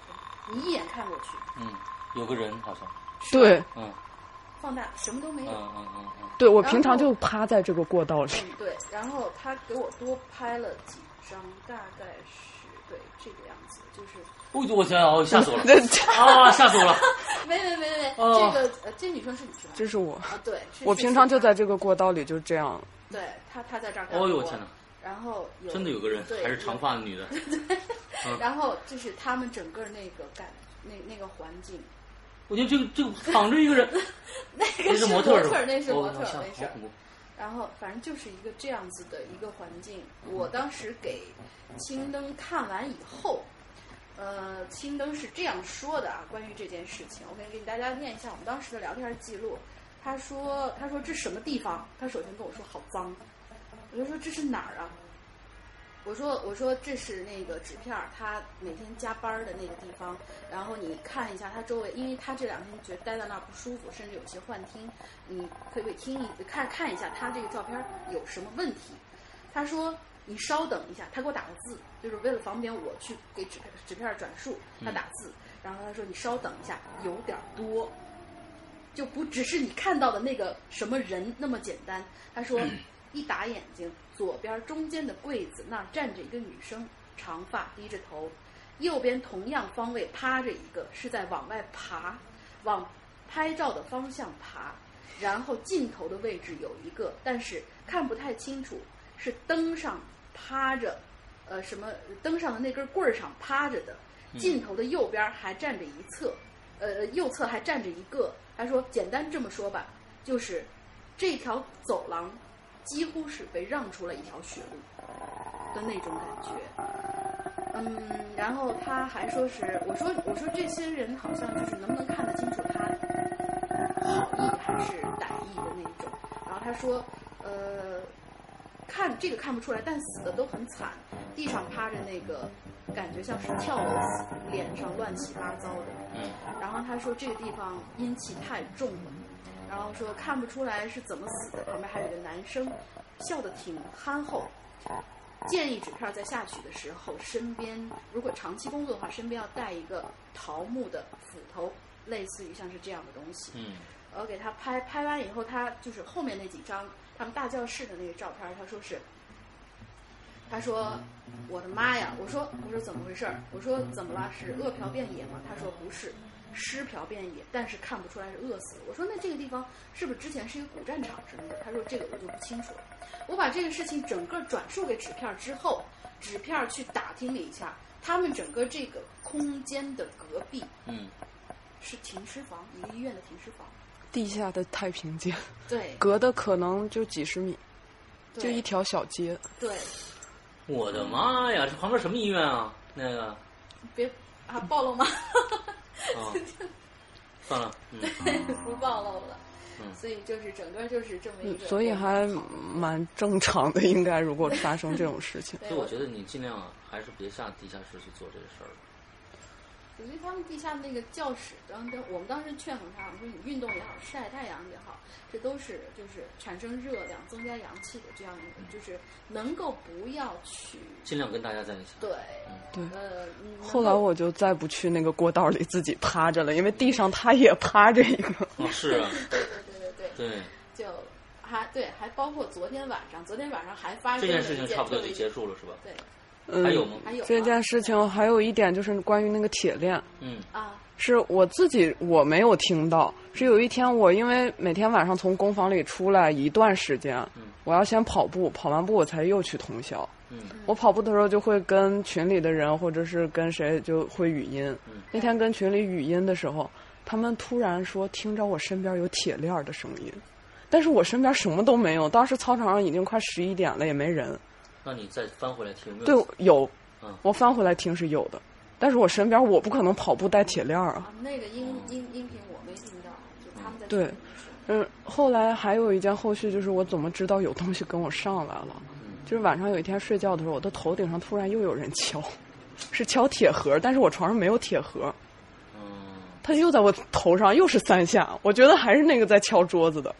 Speaker 2: 片，你一眼看过去，
Speaker 1: 嗯，有个人好像，
Speaker 3: 对
Speaker 1: 嗯
Speaker 2: 哎放大什么都没
Speaker 1: 嗯
Speaker 2: 有。
Speaker 1: 嗯嗯嗯，
Speaker 3: 对，我
Speaker 2: 然后
Speaker 3: 平常就趴在这个过 道里。
Speaker 2: 嗯，对。然后他给我多拍了几张，大概是对这个样子，就是
Speaker 1: 我我天啊，吓 死我了
Speaker 3: 这
Speaker 1: 啊，吓死我了，
Speaker 2: 没没没没，
Speaker 1: 哦
Speaker 2: 这个呃，这女生是你是吧？
Speaker 3: 这是我，
Speaker 2: 啊，对，是
Speaker 3: 我
Speaker 2: 是
Speaker 3: 平
Speaker 2: 是
Speaker 3: 常就
Speaker 2: 她
Speaker 3: 在这个过道里就这样。
Speaker 2: 对他，他在这儿干活。
Speaker 1: 哦呦我天哪！
Speaker 2: 然后有
Speaker 1: 真的有个人
Speaker 2: 对
Speaker 1: 还是长。发的 女的，
Speaker 2: 有然后就是他们整个那个感，那那个环境，
Speaker 1: 我觉得这个这个躺着一个人，
Speaker 2: 那
Speaker 1: 那
Speaker 2: 个
Speaker 1: 是
Speaker 2: 是
Speaker 1: 模
Speaker 2: 模
Speaker 1: 特
Speaker 2: 特
Speaker 1: 是吧
Speaker 2: 儿，？那是模
Speaker 1: 哦
Speaker 2: 特儿，
Speaker 1: 吓
Speaker 2: 那
Speaker 1: 好
Speaker 2: 是。
Speaker 1: 恐怖，
Speaker 2: 然后反正就是一个这样子的一个环境。我当时给青灯看完以后，呃，青灯是这样说的啊，关于这件事情，我可以给大家念一下我们当时的聊天记录。他说：“他说这什么地方？”他首先跟我说好脏，我就说这是哪儿啊？我说我说这是那个纸片儿，他每天加班儿的那个地方。然后你看一下他周围，因为他这两天觉得待在那儿不舒服，甚至有些幻听。你可不可以听一看看一下他这个照片有什么问题？他说你稍等一下，他给我打个字，就是为了方便我去给纸片纸片儿转述，他打字。然后他说你稍等一下，有点儿多。就不只是你看到的那个什么人那么简单。他说，一打眼睛，左边中间的柜子那儿站着一个女生，长发低着头，右边同样方位趴着一个，是在往外爬，往拍照的方向爬。然后尽头的位置有一个，但是看不太清楚，是灯上趴着，呃，什么灯上的那根棍儿上趴着的，尽头的右边还站着一侧，呃，右侧还站着一个。他说，简单这么说吧，就是这条走廊几乎是被让出了一条血路的那种感觉。嗯，然后他还说是，我说我说这些人好像就是能不能看得清楚他好意还是歹意的那一种。然后他说，呃，看这个看不出来，但死的都很惨，地上趴着那个，感觉像是跳楼死，脸上乱七八糟的。
Speaker 1: 嗯
Speaker 2: 然后他说这个地方阴气太重了，然后说看不出来是怎么死的，旁边还有一个男生，笑得挺憨厚。建议纸片在下去的时候，身边如果长期工作的话，身边要带一个桃木的斧头，类似于像是这样的东西。
Speaker 1: 嗯
Speaker 2: 我给他拍拍完以后，他就是后面那几张他们大教室的那个照片，他说是，他说我的妈呀！我说我说怎么回事儿？我说怎么了？是饿殍遍野吗？他说不是，尸殍遍野，但是看不出来是饿死的。我说那这个地方是不是之前是一个古战场什么的？他说这个我就不清楚了。我把这个事情整个转述给纸片儿之后，纸片儿去打听了一下，他们整个这个空间的隔壁
Speaker 1: 嗯
Speaker 2: 是停尸房，一个医院的停尸房。
Speaker 3: 地下的太平间，
Speaker 2: 对，
Speaker 3: 隔的可能就几十米，
Speaker 2: 对
Speaker 3: 就一条小街。
Speaker 2: 对，
Speaker 1: 我的妈呀，这旁边什么医院啊？那个 啊、
Speaker 2: 别啊暴露吗？
Speaker 1: 嗯算了，嗯
Speaker 2: 不暴露了。
Speaker 1: 嗯
Speaker 2: 所以就是整个就是这么一个，，
Speaker 3: 嗯所以还蛮正常的，应该如果发生这种事情
Speaker 2: 对，
Speaker 1: 所以我
Speaker 2: 我
Speaker 1: 觉得你尽量啊还是别下地下室去做这个事儿。
Speaker 2: 我觉得他们地下那个教室，然后我们当时劝过他，我说你运动也好，晒太阳也好，这都是就是产生热量、增加阳气的这样一个，就是能够不要去
Speaker 1: 尽量跟大家在一起。嗯
Speaker 2: 对，
Speaker 3: 对。
Speaker 2: 呃，能够
Speaker 3: 后来我就再不去那个过道里自己趴着了，因为地上他也趴着一 个。
Speaker 1: 哦，是啊，
Speaker 2: 对对对对对，
Speaker 1: 对，
Speaker 2: 就还对，还包括昨天晚上，昨天晚上还发
Speaker 1: 这
Speaker 2: 生
Speaker 1: 件
Speaker 2: 了
Speaker 1: 事情
Speaker 2: 一件
Speaker 1: 差不多
Speaker 2: 特
Speaker 1: 就
Speaker 2: 别
Speaker 1: 结束了，是吧？
Speaker 2: 对，
Speaker 3: 嗯，
Speaker 1: 还有吗？
Speaker 2: 还有
Speaker 3: 这
Speaker 2: 吗
Speaker 3: 件事情还有一点就是关于那个铁链，
Speaker 1: 嗯
Speaker 2: 啊，
Speaker 3: 是我自己我没有听到，是有一天我因为每天晚上从工坊里出来一段时间，
Speaker 1: 嗯
Speaker 3: 我要先跑步，跑完步我才又去通宵。
Speaker 1: 嗯
Speaker 3: 我跑步的时候就会跟群里的人或者是跟谁就会语音。
Speaker 1: 嗯
Speaker 3: 那天跟群里语音的时候，他们突然说听着我身边有铁链儿的声音，但是我身边什么都没有。当时操场上已经快十一点了，也没人。
Speaker 1: 那你再翻回来听有没有？
Speaker 3: 对，有
Speaker 1: 嗯，
Speaker 3: 我翻回来听是有的，但是我身边我不可能跑步带铁链儿啊。
Speaker 2: 啊，那个音音音频我没听到，就他们在
Speaker 3: 对
Speaker 2: 群里说
Speaker 3: 嗯，后来还有一件后续就是我怎么知道有东西跟我上来了？
Speaker 1: 嗯
Speaker 3: 就是晚上有一天睡觉的时候，我的头顶上突然又有人敲，是敲铁盒，但是我床上没有铁盒，
Speaker 1: 嗯，
Speaker 3: 他又在我头上又是三下，我觉得还是那个在敲桌子的。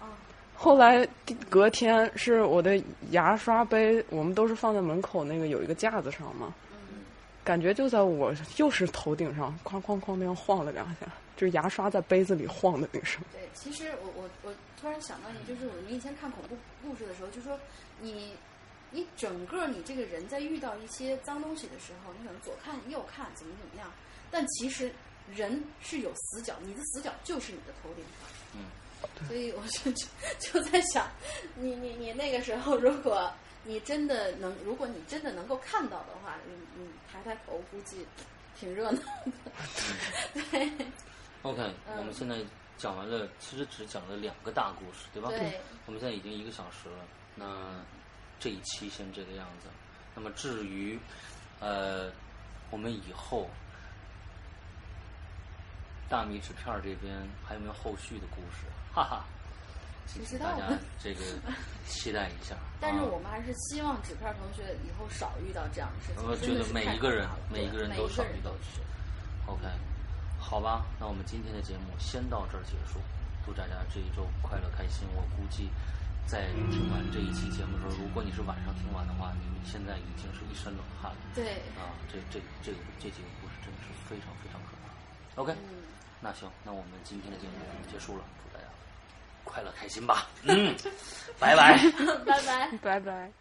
Speaker 2: 啊，
Speaker 3: 后来第隔天是我的牙刷杯，我们都是放在门口那个有一个架子上嘛，
Speaker 2: 嗯
Speaker 3: 感觉就在我又是头顶上哐哐哐那样晃了两下，就是牙刷在杯子里晃的那个声音。
Speaker 2: 对，其实我我我突然想到你，就是我们以前看恐怖故事的时候，就说你你整个你这个人在遇到一些脏东西的时候，你可能左看右看怎么怎么样，但其实人是有死角，你的死角就是你的头顶上。
Speaker 1: 嗯，
Speaker 2: 所以我就 就就在想，你你你那个时候，如果你真的能，如果你真的能够看到的话，你你抬抬头，估计挺热闹的。
Speaker 1: 嗯
Speaker 2: 对
Speaker 1: OK，、
Speaker 2: 嗯
Speaker 1: 我们现在讲完了，其实只讲了两个大故事，对吧？
Speaker 2: 对，
Speaker 1: 我们现在已经一个小时了，那这一期先这个样子。那么至于呃，我们以后大米纸片儿这边还有没有后续的故事？哈哈，
Speaker 2: 不知道
Speaker 1: 大
Speaker 2: 呢
Speaker 1: 家这个期待一下。
Speaker 2: 但是
Speaker 1: 啊
Speaker 2: 我们还是希望纸片同学以后少遇到这样的事情。
Speaker 1: 我呃觉
Speaker 2: 真的
Speaker 1: 得
Speaker 2: 是
Speaker 1: 每
Speaker 2: 太
Speaker 1: 一个
Speaker 2: 可
Speaker 1: 人
Speaker 2: 怕了，
Speaker 1: 每一个
Speaker 2: 对
Speaker 1: 人
Speaker 2: 每
Speaker 1: 都
Speaker 2: 一
Speaker 1: 少
Speaker 2: 人
Speaker 1: 遇到是。OK，好吧，那我们今天的节目先到这儿结束。祝大家这一周快乐开心。我估计在听完这一期节目的时候，如果你是晚上听完的话，你你现在已经是一身冷汗了
Speaker 2: 对，
Speaker 1: 啊！这这这个这几个故事真的是非常非常可怕。OK，
Speaker 2: 嗯，
Speaker 1: 那行，那我们今天的节目结束了，祝大家快乐开心吧。嗯，拜拜。
Speaker 2: 拜拜。
Speaker 3: 拜拜。